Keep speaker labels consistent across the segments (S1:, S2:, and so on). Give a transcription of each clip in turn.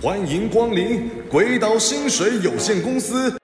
S1: 欢迎光临鬼岛薪水有限公司。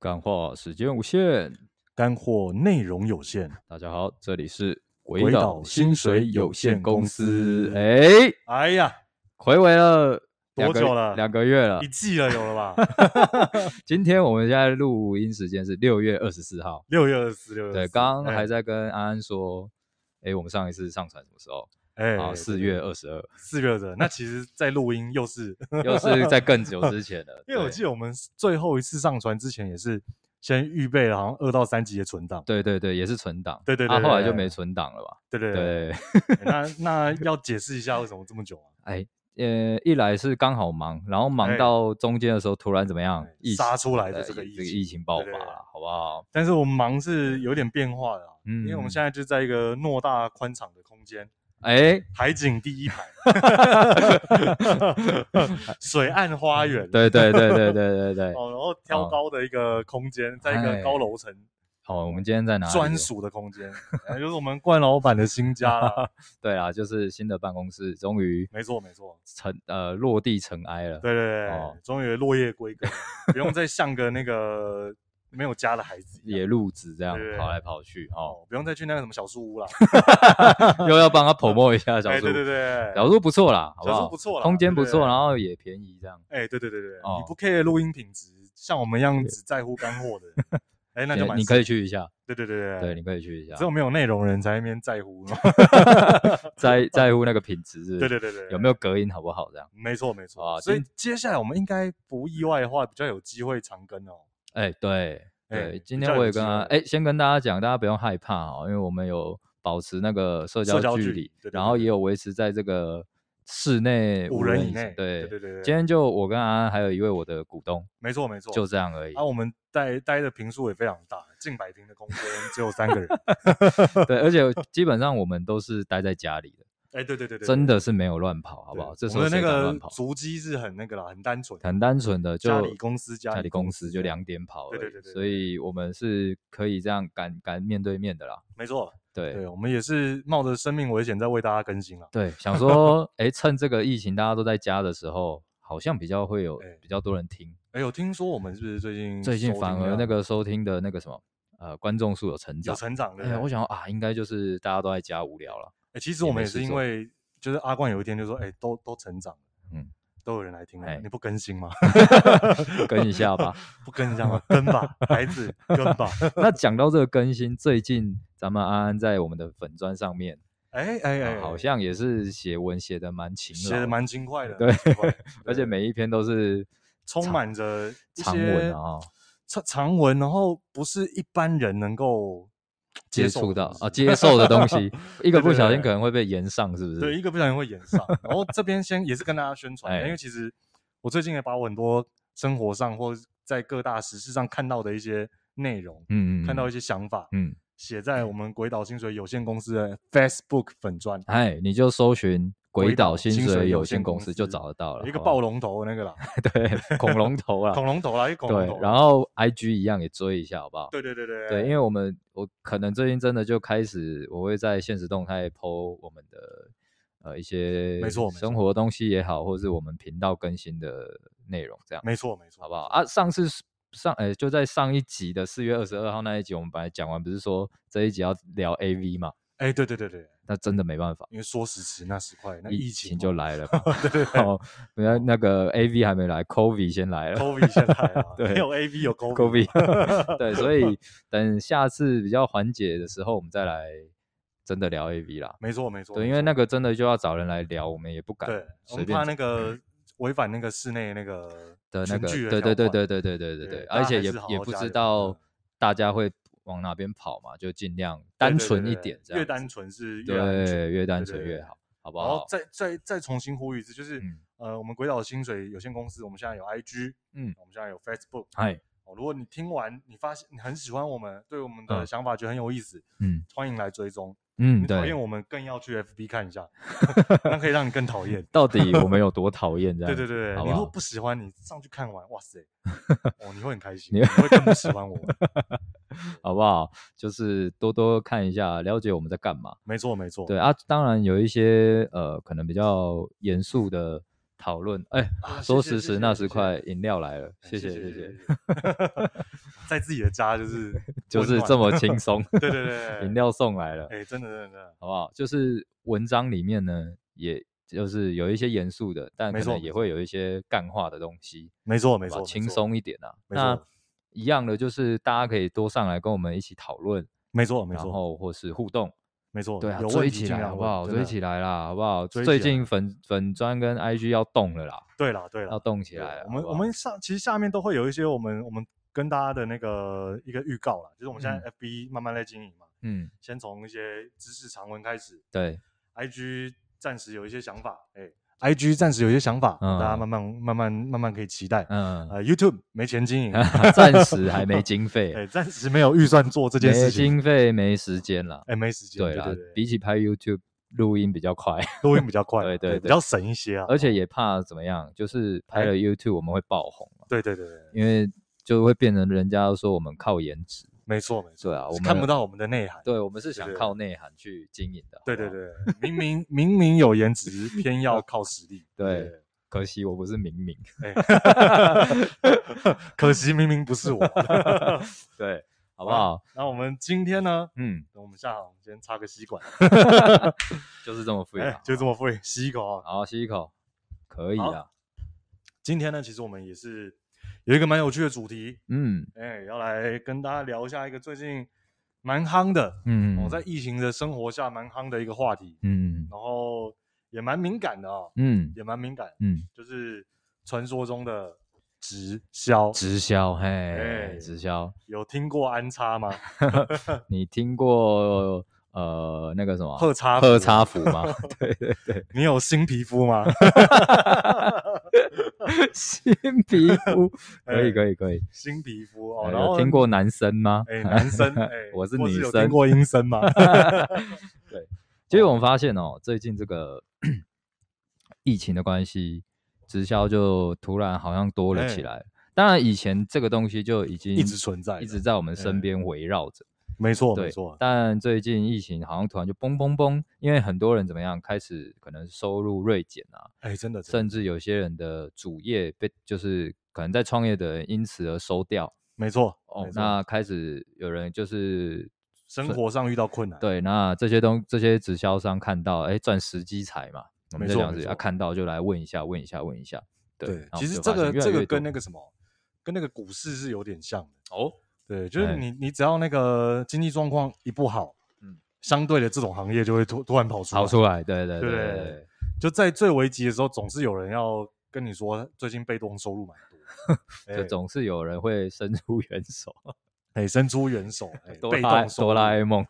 S2: 干话时间无限，
S3: 干货内容有限。
S2: 大家好，这里是
S3: 鬼
S2: 鬼
S3: 岛
S2: 岛
S3: 薪
S2: 薪水
S3: 水有
S2: 有限
S3: 限
S2: 公
S3: 公
S2: 司
S3: 司。
S2: 哎，
S3: 哎呀，
S2: 回违了两个
S3: 多久了
S2: 两个月了
S3: 一。季了有了吧？
S2: 今天我们现在录音时间是六月二十四号。
S3: 六月二十四，六哎月
S2: 对，刚刚还
S3: 在
S2: 在跟安安说，哎，我们上一次上传什么时候？
S3: 哎
S2: 啊，四月二十二，
S3: 四月的。那其实，在录音又是，。
S2: 又是在更久之前 了
S3: 因为我记
S2: 得，
S3: 得我们最后一次上传之前也是先预备了，好像二到三集的存档。
S2: 对对对，也是存档。
S3: 对对对
S2: 啊，后来
S3: 对
S2: 就没存档了吧？
S3: 对对对。
S2: 对，
S3: 哎那那 要解释一下为什么这么久啊？
S2: 哎。呃，一来是刚好忙，然后忙
S3: 哎
S2: 到中间的时候，突然怎么样？疫情
S3: 杀出来的
S2: 呃
S3: 这个
S2: 疫
S3: 疫
S2: 这个
S3: 情
S2: 疫情爆发
S3: 对对对
S2: 了，好不好？
S3: 但是我们忙是有点变化的啊，
S2: 嗯
S3: 因为我们现在就在一个偌大宽敞的空间，
S2: 哎，
S3: 海景第一排，水岸花园，
S2: 嗯对对对对对对对。
S3: 哦，然后挑
S2: 哦
S3: 高的一个空间，在一个
S2: 哎
S3: 高楼层
S2: 哦，我们今天在哪里？
S3: 专。属的空间，哎就是我们冠老板的新 家啦。
S2: 对啊，就是新的办公室终于
S3: 没错，没错，
S2: 尘呃落地尘埃了。
S3: 对对对，
S2: 哦
S3: 终于落叶归 根了，不用再像个那个没有家的孩子一样
S2: 野路子这样
S3: 对对对
S2: 跑来跑去哦，
S3: 哦，不用再去那个什么小树屋啦。
S2: 又要帮他 promo 一下小
S3: 哎，
S2: 猪
S3: 对，对对，
S2: 小猪不错啦，好不
S3: 小
S2: 好？
S3: 猪不错啦
S2: 空间不
S3: 对对
S2: 错，
S3: 对
S2: 然后也便宜这样，
S3: 哎，对对对对，
S2: 哦
S3: 你不 care 录音品质，像我们一样只在乎干货的 人，哎，那就蛮
S2: 你可以去一下，
S3: 对对对
S2: 对，你可以去一下
S3: 只，有没有内容人才在那边在乎嘛。
S2: 在在乎那个品质是 不
S3: 对
S2: 是，
S3: 对对对，
S2: 有没有隔音好不好这样？
S3: 没错，没错。
S2: 啊
S3: 所以
S2: 今
S3: 接下来我们应该不意外的话，比较有机会长更哦。
S2: 哎，对
S3: 哎
S2: 对，
S3: 比
S2: 今
S3: 较
S2: 天
S3: 有
S2: 我也
S3: 机
S2: 跟他
S3: 会
S2: 哎，先跟大家讲，大家不用害怕哦，因为我们有保持那个社
S3: 社交
S2: 交距
S3: 距离
S2: 离
S3: 对对，
S2: 然
S3: 对
S2: 后
S3: 对
S2: 也有维持在这个室内
S3: 五人以
S2: 哎以
S3: 内，
S2: 对
S3: 对对对，
S2: 今天就我跟安安还有一位我的股东，
S3: 没错没错，
S2: 就这样而已
S3: 啊，。我们待待的平数也非常大，近百平的空间只有三个 人。
S2: 对，而且基本上我们都是待在家里的，
S3: 哎，对对对对，
S2: 真
S3: 对，
S2: 的是没有乱跑，好不好？
S3: 对
S2: 这时
S3: 我
S2: 候
S3: 们的
S2: 谁
S3: 那
S2: 敢
S3: 个
S2: 乱跑？
S3: 足迹是很那个啦，很单纯，
S2: 很单纯的就
S3: 家里公司家
S2: 家
S3: 里
S2: 里
S3: 公
S2: 公
S3: 司
S2: 司
S3: 这
S2: 就
S3: 样
S2: 两点跑而
S3: 对对
S2: 已，
S3: 对对对
S2: 所以我们是可以这样敢敢面对面的啦。
S3: 没错。
S2: 对
S3: 对，我们也是冒着生命危险在为大家更新了。
S2: 对，想说，哎，趁这个疫情大家都在家的时候，好像比较会有
S3: 哎
S2: 比较多人听。
S3: 哎，有听说我们是不是最近
S2: 最近
S3: 嗯收
S2: 反
S3: 听
S2: 而
S3: 量
S2: 那个收听的那个什么，呃，观众数有成
S3: 有
S2: 长。
S3: 成长的？
S2: 哎，我想啊，应该就是大家都在家无聊了。
S3: 哎，其实
S2: 也
S3: 我们
S2: 没
S3: 也是
S2: 事
S3: 因
S2: 做
S3: 为，就是阿冠有一天就说，哎，都都成长了，嗯
S2: 嗯，
S3: 都有人来听了，
S2: 哎
S3: 你不更新 吗？
S2: 跟一 下吧。
S3: 不更新吗？跟吧，孩子，跟 吧。
S2: 那讲到这个更新，最近咱们安安在我们的粉砖上面，
S3: 哎哎
S2: 啊
S3: 哎，
S2: 好像也是写文写的蛮勤劳，
S3: 写的，蛮轻快的，
S2: 对
S3: 轻快
S2: 而且每一篇都是
S3: 充
S2: 长
S3: 满着一
S2: 长
S3: 些
S2: 文啊，
S3: 长长文，然后不是一般人能够
S2: 接
S3: 受
S2: 触
S3: 的
S2: 到
S3: 东西
S2: 啊接受的 东西，
S3: 对
S2: 一个
S3: 对
S2: 不小
S3: 对
S2: 心可能会被延上，是不是？
S3: 对，一个不小心会演上。然后这边先也是跟大家宣 传一下，
S2: 哎
S3: 因为其实我最近也把我很多生活上或是在各大时事上看到的一些内容，
S2: 嗯嗯，
S3: 看到一
S2: 些，
S3: 些想法，
S2: 嗯，
S3: 写在我们鬼岛薪水有限公司的 Facebook 粉砖，
S2: 哎，你就搜寻“鬼岛薪
S3: 薪水
S2: 水
S3: 有
S2: 有
S3: 限
S2: 限
S3: 公
S2: 公
S3: 司
S2: 司”就找得到了，
S3: 一个
S2: 好不好
S3: 暴龙头的那个啦，
S2: 对恐龙 头啦，
S3: 恐龙头啦，一个恐龙头
S2: 对，
S3: 啦。
S2: 然后 IG 一样也追一下，好不好？
S3: 对对对对
S2: 对，因为我们我可能最近真的就开始，我会在现实动态 PO 我们的呃一些
S3: 没错没错
S2: 生活东西也好，或是我们频道更新的内容这样，
S3: 没错没错，
S2: 好不好？
S3: 没错
S2: 啊，上次是上呃就在上一集的四月二十二号那一集，我们本来讲完不是说这一集要聊 AV 嘛？
S3: 哎，对对对对，
S2: 那真的没办法，
S3: 因为说时迟那时快，那
S2: 疫
S3: 情
S2: 就
S3: 来
S2: 来了嘛， 哦，那那个 AV 还没来，COVID 先来了。
S3: ，COVID 先来啊，
S2: 对
S3: 没有 AV 有 COVID，
S2: COVID，对，所以等下次比较缓解的时候，我们再来真的聊 AV 啦。
S3: 没错没错，
S2: 对，
S3: 没
S2: 因为
S3: 错
S2: 那个真的就要找人来聊，我们也不敢
S3: 对，我
S2: 随
S3: 们
S2: 便
S3: 怕
S2: 讲嗯
S3: 那个违反那个室内那个
S2: 的那
S3: 群
S2: 个，
S3: 聚的条
S2: 对对对
S3: 款
S2: 对对对对对
S3: 对
S2: 对，
S3: 大家
S2: 而且
S3: 还
S2: 也
S3: 是好
S2: 也
S3: 好
S2: 不
S3: 加
S2: 知
S3: 油
S2: 道
S3: 嗯
S2: 大家会往哪边跑嘛，就尽量
S3: 对
S2: 单
S3: 对对
S2: 纯
S3: 对
S2: 一
S3: 对
S2: 点，这
S3: 越
S2: 样
S3: 单
S2: 子
S3: 纯是越安全
S2: 对越
S3: 对
S2: 单纯
S3: 对
S2: 越
S3: 对
S2: 好，好不
S3: 然后
S2: 好？
S3: 再再再重新呼吁一次，就是、
S2: 哦嗯
S3: 呃，我们鬼岛薪水有限公司，我们现在有 IG，
S2: 嗯，
S3: 我们现在有 Facebook，
S2: 嗨，
S3: 哦，如果你听完你发现你很喜欢我们，对我们的
S2: 嗯
S3: 想法觉得很有意思，
S2: 嗯，
S3: 欢迎来追踪。
S2: 嗯，
S3: 你讨
S2: 对
S3: 厌，我们更要去 FB 看一 下，那可以让你更讨厌。
S2: 到底我们有多 讨厌这样？
S3: 对对对，
S2: 啊好
S3: 对
S2: 不
S3: 你如果
S2: 好？
S3: 不喜欢，你上去看完，哇 塞，哦，你会很开心，
S2: 你
S3: 你会更不喜欢 我。
S2: 好不好？就是多多看一下，了解我们在干嘛。
S3: 没错没错，
S2: 对啊，当然有一些呃，可能比较严肃的讨论。哎、
S3: 啊
S2: 说
S3: 谢谢
S2: 时
S3: 谢
S2: 迟
S3: 谢
S2: 那
S3: 谢
S2: 时
S3: 谢
S2: 快，饮料来了，
S3: 哎
S2: 谢谢谢
S3: 谢
S2: 谢，，
S3: 在自己的家就是
S2: 就
S3: 温
S2: 是
S3: 暖啊
S2: 这么轻松，
S3: 对 对对，
S2: 饮料送来了，
S3: 哎，真的真的真的，
S2: 好不好？就是文章里面呢，也就是有一些严肃的，但
S3: 没
S2: 可能
S3: 错
S2: 也
S3: 没错
S2: 会有一些干话的东西，
S3: 没错没
S2: 对吧
S3: 错，没
S2: 轻
S3: 错，
S2: 松一点啊。
S3: 没
S2: 那
S3: 错
S2: 一样的，就是大家可以多上来跟我们一起讨论，
S3: 没错没
S2: 然
S3: 错
S2: 后或是互动。
S3: 没错，
S2: 对啊，
S3: 哦有
S2: 追
S3: 问题
S2: 起
S3: 尽
S2: 来
S3: 量
S2: 好不
S3: 问
S2: 好？
S3: 真
S2: 追
S3: 的
S2: 起来啦，好不好？
S3: 追
S2: 最
S3: 起来
S2: 近粉粉砖跟 IG 要动了啦，
S3: 对啦对啦
S2: 要，动起
S3: 对
S2: 来了。
S3: 我们
S2: 好不
S3: 我
S2: 好
S3: 们上其实下面都会有一些我们我们跟大家的那个一个预告啦，就是我们现在 FB 慢慢在经营嘛，
S2: 嗯，
S3: 先从一些知识长文开始
S2: 对，
S3: ，IG 暂时有一些想法，哎，IG 暂时有一些想法，
S2: 嗯
S3: 大家慢慢慢慢慢慢可以期待。
S2: 嗯，，
S3: 呃，YouTube 没钱经营
S2: 暂时还没经
S3: 哎，
S2: 费，
S3: 暂时没有预算做这件
S2: 没
S3: 事情，
S2: 经费没时间啦。
S3: 哎，没时间，
S2: 对
S3: 对
S2: 啦
S3: 对哦对，
S2: 比起拍 YouTube 录音比较快，，
S3: 录音比较快
S2: 对对对
S3: 比较省一些啊，
S2: 而且也怕怎么样，就是拍
S3: 哎
S2: 了 YouTube 我们会爆红嘛，
S3: 对对对对，
S2: 因为就会变成人家说我们靠颜值。
S3: 没错没错，
S2: 对啊，我
S3: 是
S2: 们
S3: 看不到我们的内涵。
S2: 对，我啊们是想
S3: 对
S2: 靠内涵去经营的。
S3: 对
S2: 好不
S3: 对
S2: 好，
S3: 对，明明明明有颜值，偏要靠实力。
S2: 对可惜我不是 明明。
S3: 哎可惜明明不是我。
S2: 对，好不
S3: 好
S2: 好？
S3: 那我们今天呢？
S2: 嗯，
S3: 我们下行先插个吸管，
S2: 就是这么敷
S3: 哎
S2: 衍。
S3: 就这么会吸一口啊。
S2: 好，吸一口，可以
S3: 好
S2: 啦。
S3: 今天呢，其实我们也是有一个蛮有趣的主题，
S2: 嗯
S3: 哎，要来跟大家聊一下一个最近蛮夯的，
S2: 嗯，
S3: 我、在疫情的生活下蛮夯的一个话题，
S2: 嗯
S3: 然后也蛮敏感的啊、
S2: 嗯
S3: 也蛮敏感，
S2: 嗯，
S3: 就是传说中的直销，
S2: 直销，
S3: 哎
S2: 嘿，直销，
S3: 有听过安插吗？
S2: 你听过呃那个什么
S3: 贺插符
S2: 赫差服吗？ 对对对，
S3: 你有新皮肤吗？
S2: 新皮肤，可以
S3: 哎
S2: 可以可以。
S3: 新皮肤哦，
S2: 呃
S3: 然后
S2: 有听过男生吗？
S3: 哎，男 生哎，
S2: 我是
S3: 或
S2: 女
S3: 有
S2: 生嗯
S3: 听过阴生 吗？
S2: 其实我们发现哦，最近这个疫情的关系，直销就突然好像多了起
S3: 哎
S2: 来。当然，以前这个东西就已经
S3: 一直存在的，
S2: 一直在我们身
S3: 哎
S2: 边围绕着。
S3: 没错
S2: 对
S3: 没错，
S2: 但最近疫情好像突然就嘣嘣嘣，因为很多人怎么样，开始可能收入锐减啊，
S3: 哎，真的真的
S2: 甚至有些人的主业被就是可能在创业的人因此而收掉
S3: 没错
S2: 哦
S3: 没，错
S2: 那开始有人就是
S3: 生活上遇到困难，
S2: 对，那这些东这些直销商看到哎赚时机财嘛，我们
S3: 没
S2: 在
S3: 错
S2: 讲
S3: 没
S2: 是啊
S3: 错
S2: 看到就来问一下问一下问一下，
S3: 对
S2: 然，后
S3: 其实
S2: 就
S3: 这
S2: 发现
S3: 个
S2: 越来
S3: 这个
S2: 越多
S3: 跟那个什么，跟那个股市是有点像的。
S2: 哦
S3: 对，就
S2: 哎
S3: 是你你只要那个经济状况一不好，
S2: 嗯
S3: 嗯，相对的这种行业就会突突然跑出来，
S2: 跑出来，对对
S3: 哦对
S2: 对
S3: 对对就在最危急的时候，总是有人要跟你说，最近被动收入蛮多，
S2: 对，就
S3: 哎
S2: 总是有人会伸出 援手。
S3: 哎、伸出援手， 哎、
S2: 哆
S3: 被
S2: 啦
S3: 动收入
S2: 哆啦 A 梦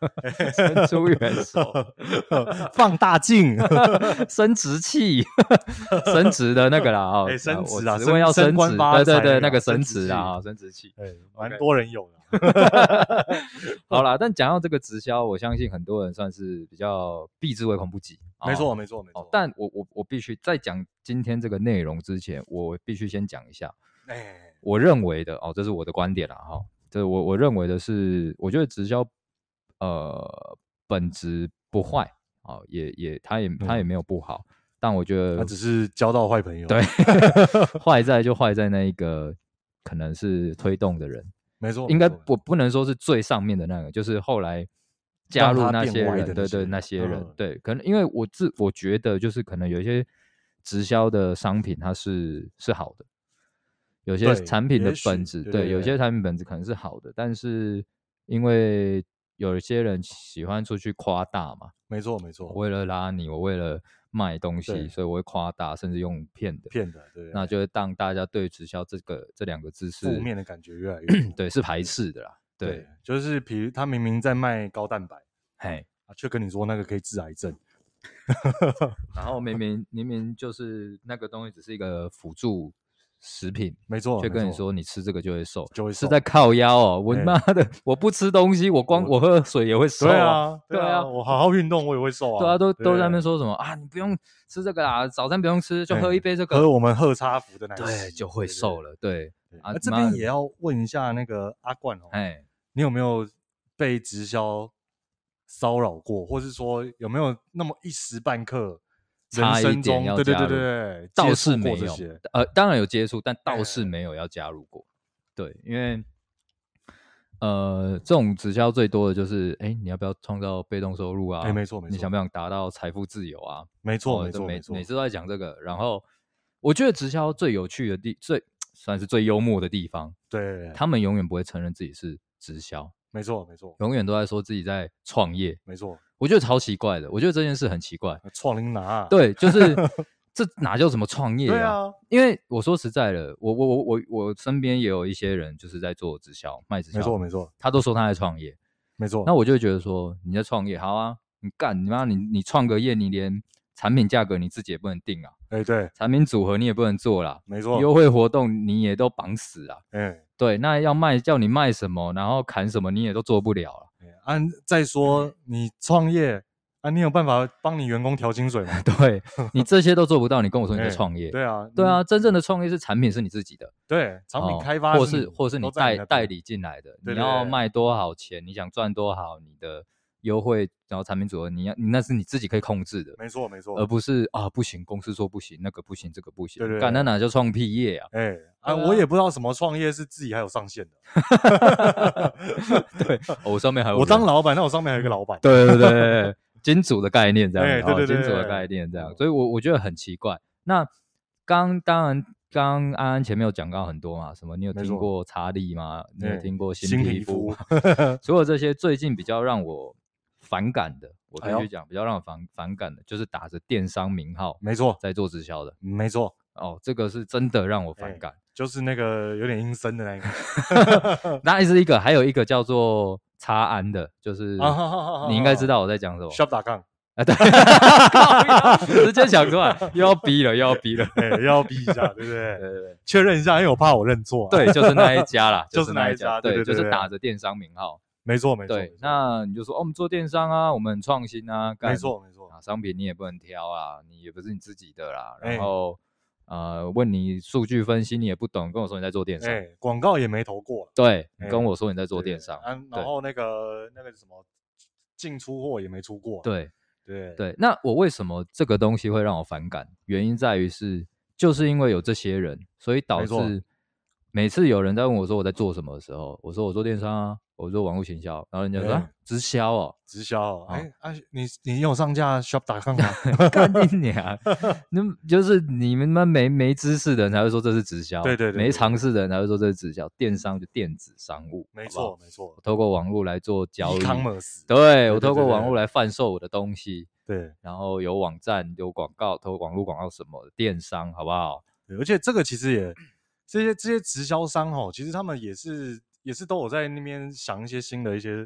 S2: 伸出援手，
S3: 放大镜， 哎
S2: 生殖器，生殖的那个啦哦，
S3: 哎生
S2: 啊我
S3: 殖啊
S2: 只
S3: 升
S2: 问要
S3: 升
S2: 生
S3: 官
S2: 殖，
S3: 发
S2: 对对
S3: 财
S2: 对，
S3: 那
S2: 那
S3: 个
S2: 个
S3: 生
S2: 生
S3: 殖
S2: 殖
S3: 器
S2: 啦，哦生殖器。
S3: 哎、蛮
S2: OK
S3: 多人有的，
S2: 好啦，但讲到这个直销，我相信很多人算是比较避之唯恐不及。
S3: 啊 没错，
S2: 哦，
S3: 没错，没
S2: 哦
S3: 错。
S2: 但我我我必须在讲今天这个内容之前，我必须先讲一下，
S3: 哎、
S2: 我认为的哦，这是我的观点啦哈、这我我认为的是，我觉得直销呃本质不坏哦，也也它也它也没有不好，但我觉
S3: 他
S2: 得
S3: 只是交到坏朋友，
S2: 呃对，坏在就坏在那一个可能是推动的人，
S3: 没错，
S2: 应该
S3: 没错
S2: 我不能说是最上面的那个，就是后来加
S3: 让
S2: 入
S3: 他
S2: 那
S3: 变
S2: 些
S3: 歪
S2: 人，
S3: 的那
S2: 对
S3: 些
S2: 对，
S3: 人
S2: 那些人，
S3: 嗯
S2: 对，可能因为我自我觉得就是可能有一些直销的商品它是是好的，有些
S3: 对
S2: 产品的
S3: 也许
S2: 本质，
S3: 对
S2: 对，
S3: 对
S2: 有
S3: 对
S2: 些产品本质可能是好的，但是因为有一些人喜欢出去夸大嘛，
S3: 没错，没
S2: 我
S3: 错，
S2: 为了拉你，我为了卖东西，
S3: 对
S2: 所以我会夸大，甚至用骗的，
S3: 骗的，对，
S2: 那就会让大家对直销这个这两个字是
S3: 负面的感觉越来越多。
S2: 对是排斥的啦，对，，
S3: 就是比如他明明在卖高蛋白，
S2: 嘿。
S3: 啊却跟你说那个可以治癌症，
S2: 然后明明明明就是那个东西只是一个辅助食品，
S3: 哦没错，
S2: 却跟你
S3: 没错，
S2: 说你吃这个就会瘦，
S3: 就会
S2: 是
S3: 瘦
S2: 在靠腰哦！我
S3: 哎
S2: 妈的，我不吃东西，我光
S3: 我
S2: 我喝水也会瘦
S3: 对啊，对
S2: 对啊
S3: 啊，我好好运动，我也会瘦啊，
S2: 对啊，都都在那边
S3: 说
S2: 说什么啊？你不用吃这个啦，早餐不用吃，就喝
S3: 哎
S2: 一杯这个，
S3: 喝我们喝茶福的奶昔，
S2: 对，就会瘦。了。对，
S3: 对
S2: 啊
S3: 那这
S2: 妈
S3: 边
S2: 的
S3: 也要问一下那个阿冠哦，
S2: 哎，
S3: 你有没有被直销骚扰过，或是说有没有那么一时半刻人
S2: 差一
S3: 生
S2: 点
S3: 中
S2: 要
S3: 对对
S2: 加
S3: 对
S2: 入
S3: 对对，
S2: 倒
S3: 接
S2: 是
S3: 触
S2: 没
S3: 过这
S2: 有
S3: 些，
S2: 呃，当然有接触，但倒
S3: 哎
S2: 是没有要加入过。对，因为呃，这种直销最多的就是，哎，你要不要创造被动收入啊？
S3: 哎没错没
S2: 你
S3: 错
S2: 想不想达到财富自由啊？
S3: 没错
S2: 哦
S3: 没
S2: 这
S3: 错
S2: 每
S3: 没错
S2: 每，次都在讲这个。然后我觉得直销最有趣的地，最算是最幽默的地方，
S3: 对，
S2: 他们永远不会承认自己是直销，
S3: 没错没错
S2: 永远都在说自己在创业。
S3: 没错，
S2: 我觉得超奇怪的，我觉得这件事很奇怪。
S3: 创林拿，
S2: 对，就是 这哪叫什么创业
S3: 对
S2: 啊？
S3: 啊，
S2: 因为我说实在的，我我我我我身边也有一些人就是在做直销卖直
S3: 没错
S2: 销，
S3: 没错
S2: 他都说他在创业，
S3: 没错，
S2: 那我就会觉得说你在创业好啊，你干你妈你你创个业，你连产品价格你自己也不能定啊，
S3: 哎对，
S2: 产品组合你也不能做啦，
S3: 没错，
S2: 优惠活动你也都绑死啊。
S3: 哎。
S2: 对，那要卖叫你卖什么，然后砍什么，你也都做不了了。？
S3: 哎啊，再说你创业啊，你有办法帮你员工调薪水吗
S2: 对你这些都做不到，你跟我说你在
S3: 哎
S2: 创业，
S3: 对啊，
S2: 对啊，
S3: 你，
S2: 真正的创业是产品是你自己的，
S3: 对，产品
S2: 哦
S3: 开发
S2: 或
S3: 是你
S2: 是或是你
S3: 都在你
S2: 代
S3: 那边
S2: 代理进来的，
S3: 对
S2: 你要
S3: 对
S2: 卖多少钱，你想赚多少，你的优惠，然后产品组合，你要你那是你自己可以控制的，
S3: 没错没错
S2: 而，不是啊不行，公司说不行，那个不行，这个不行
S3: 对，对
S2: 干那
S3: 对
S2: 哪叫创屁业啊？
S3: 哎、啊，
S2: 对啊
S3: 我也不知道什么创业是自己还有上限的。
S2: 对，哦我上面还 有
S3: 我当
S2: 人
S3: 老板，那我上面还有一个老 板。
S2: 对对对对，对，金主的概念这样
S3: 哎
S2: 子，
S3: 对
S2: 哦
S3: 对对
S2: 金主的
S3: 对
S2: 概念这样，
S3: 嗯
S2: 所以我我觉得很奇怪。那刚当然，刚安安前面有讲到很多嘛，什么你有
S3: 没
S2: 听
S3: 错
S2: 过查理吗？你有
S3: 哎
S2: 听过
S3: 新
S2: 皮
S3: 皮肤
S2: 吗？所有这些最近比较让我反感的，我
S3: 哎
S2: 必
S3: 呦
S2: 须讲比较让我反反感的，就是打着电商名号
S3: 没错，
S2: 在做直销的
S3: 没错，
S2: 哦，这个是真的让我反
S3: 哎
S2: 感。
S3: 就是那个有点阴森的那一个。嗯
S2: 那是一个，还有一个叫做查安的，就是
S3: 啊哈哈 哈哈
S2: 你应该知道我在讲什么。
S3: shop.com，
S2: 啊，对， 靠腰直接讲出来，又要逼了，又要逼了。
S3: 哎、要逼一下，对不 对？
S2: 对对
S3: 确认一下，因为我怕我认错、啊。
S2: 对，，对，就是那一家啦，
S3: 就是
S2: 是
S3: 那
S2: 那
S3: 一家对
S2: 对，
S3: 对
S2: 就
S3: 对
S2: 是
S3: 对
S2: 打着电商名号。
S3: 没错没错。
S2: 对，那你就说，哦，我们做电商啊，我们很创新啊，干
S3: 没错没错，
S2: 啊，商品你也不能挑啊，你也不是你自己的啦。
S3: 哎
S2: 然后呃，问你数据分析你也不懂，跟我说你在做电
S3: 哎、
S2: 商，
S3: 广告也没投过了，
S2: 对，你
S3: 哎
S2: 跟我说你在
S3: 对
S2: 做
S3: 对
S2: 电商，
S3: 啊，然后那个那个什么进出货也没出过啊、
S2: 对。
S3: 对
S2: 对，那我为什么这个东西会让我反感？原因在于是，就是因为有这些人，所以导
S3: 没错
S2: 致每次有人在问我说我在做什么的时候，我说我做电商啊，我做网络行销，然后人家说、
S3: 哎
S2: 啊直销哦，
S3: 直销哦。
S2: 好
S3: 哎、啊，你你有上架 shop.com 吗？
S2: 干你娘！那么就是你们妈没没知识的人才会说这是直销，
S3: 对对对对
S2: 没
S3: 对
S2: 尝试的人才会说这是直销。电商就电子商务，
S3: 没
S2: 好不好
S3: 错，没错，E
S2: 我透过网络来做交易，
S3: ，e-commerce，
S2: 对
S3: 对对
S2: 我透过
S3: 对
S2: 网
S3: 对
S2: 络来贩售我的东西。
S3: 对。
S2: 然后有网站、有广告、投网络广告什么的电商，好不好？
S3: 对，而且这个其实也这些这些直销商哦，其实他们也是也是都有在那边想一些新的一些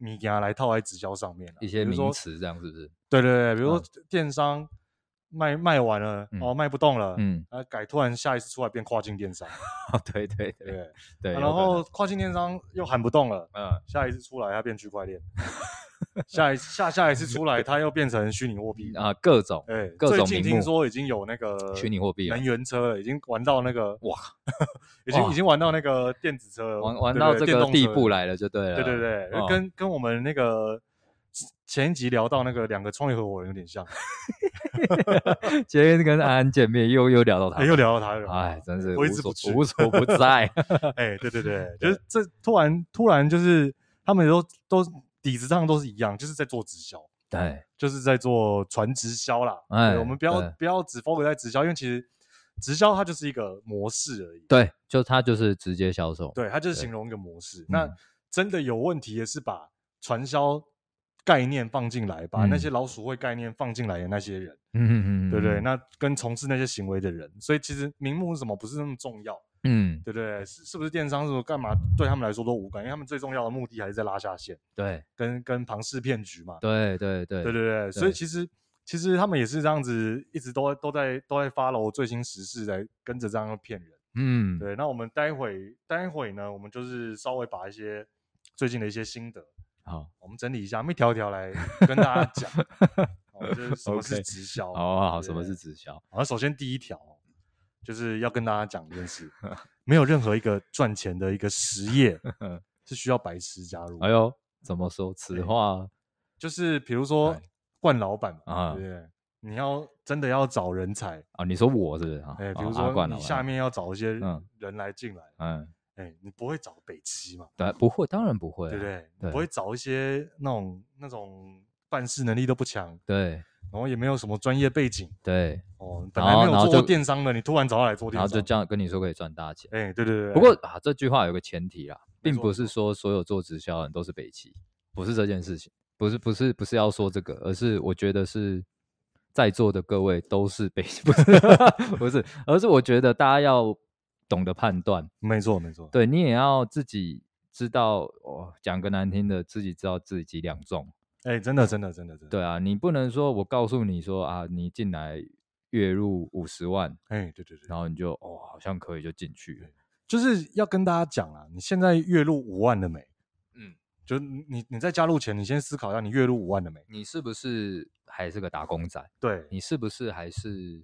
S3: 米家来套在直销上面啦啊
S2: 一些
S3: 比如
S2: 名
S3: 说
S2: 词这样是不是？
S3: 对对对，比如
S2: 嗯
S3: 说电商卖卖完了、哦，
S2: 嗯
S3: 卖不动了，
S2: 嗯，
S3: 啊改突然下一次出来变跨境电商，
S2: 哦， 对对
S3: 对不
S2: 对
S3: 啊对？啊
S2: 对。有
S3: 然
S2: 可
S3: 后跨境电商又喊不动了，
S2: 能，嗯，
S3: 下一次出来它变区块链， 下一下下一次出来它又变成虚拟货币。
S2: 啊，各种
S3: 哎，
S2: 各
S3: 最
S2: 种
S3: 近
S2: 名
S3: 听
S2: 目
S3: 说已经有那个
S2: 虚拟货币了啊
S3: 能源车了，已经玩到那个
S2: 哇，
S3: 已经
S2: 哇
S3: 已经玩到那个电子车了，
S2: 玩玩
S3: 对
S2: 到
S3: 对
S2: 这
S3: 电
S2: 个
S3: 动
S2: 地
S3: 车
S2: 步
S3: 了。
S2: 来了，就对了。
S3: 对对对，
S2: 哦
S3: 跟跟我们那个前一集聊到那个两个创业合伙人有点像，
S2: 啊今天跟安安见面，又又聊到他
S3: 哎，，又聊到他，又聊到
S2: 哎，真是
S3: 我一
S2: 无
S3: 直
S2: 所
S3: 不去
S2: 无所不 在。
S3: 他 哎，对对 对，就是这突然突然就是他们都都底子上都是一样，就是在做直销，
S2: 对，
S3: 就是在做传直销啦。
S2: 哎
S3: 对我们不要
S2: 对
S3: 不要只 focus 在直销，因为其实直销它就是一个模式而已，
S2: 对，就他就是直接销售。
S3: 对，它就是
S2: 对
S3: 形容一个模式。
S2: 嗯
S3: 那真的有问题，也是把传销概念放进来，把那
S2: 嗯
S3: 些老鼠会概念放进来的那些人，
S2: 嗯，嗯嗯嗯，
S3: 对不对？
S2: 嗯
S3: 那跟从事那些行为的人，所以其实名目是什么不是那么重要，
S2: 嗯，
S3: 对不对？是是不是电商是不是干嘛，对他们来说都无关，因为他们最重要的目的还是在拉下线，
S2: 对
S3: 跟跟庞氏骗局嘛，
S2: 嗯对对对
S3: 对对对，所以其实。其实他们也是这样子，一直都在都在都在 follow 最新时事，来跟着这样骗人。
S2: 嗯，
S3: 对，那我们待会待会呢，我们就是稍微把一些最近的一些心得，
S2: 好，
S3: 我们整理一下，我们一条一条来跟大家讲。哦，就是什么是
S2: OK
S3: 直销？
S2: 哦，好，什么
S3: 对
S2: 是直销？
S3: 好，首先第一条就是要跟大家讲一件事，没有任何一个赚钱的一个实 业是需要白痴加入的。
S2: 哎呦，怎么说？此话
S3: 就是比如说冠老板嘛，
S2: 啊
S3: 对不对？你要真的要找人才，
S2: 啊，你说我是不是啊？
S3: 哎，比
S2: 哦
S3: 如
S2: 阿
S3: 说
S2: 冠老
S3: 你
S2: 板
S3: 下，面要找一些
S2: 嗯
S3: 人来进来，
S2: 嗯，
S3: 哎，你不会找北七嘛，
S2: 对，不会，当然不会啊，
S3: 对不对？你
S2: 对
S3: 不会找一些那种那种办事能力都不强，
S2: 对
S3: 然后也没有什么专业背景
S2: 对，
S3: 哦，本
S2: 然
S3: 来没
S2: 后
S3: 有
S2: 然后
S3: 做过
S2: 就
S3: 电商的，你突然找他来做
S2: 然
S3: 电
S2: 后就
S3: 商
S2: 这，样跟你说可以赚大钱。
S3: 哎，对对对。对
S2: 不过啊，这句话有个前提啦，
S3: 没
S2: 并
S3: 错
S2: 不
S3: 没
S2: 是
S3: 错
S2: 说所有做直销的人都是北齐，不是这件事情，不是不是不是要说这个，而是我觉得是在座的各位都是北 齐，不是不是，而是我觉得大家要懂得判断，
S3: 没错没错，
S2: 对你也要自己知道，哦，讲个难听的，自己知道自己几两重，
S3: 哎，真的真的真的真的，
S2: 对啊，你不能说我告诉你说啊，你进来月入五十万，
S3: 哎，对对对，
S2: 然后你就哦好像可以就进去了，
S3: 就是要跟大家讲啊，你现在月入五万了没？
S2: 嗯，
S3: 就你你你在加入前，你先思考一下，你月入五万了没？
S2: 你是不是还是个打工仔？
S3: 对，
S2: 你是不是还是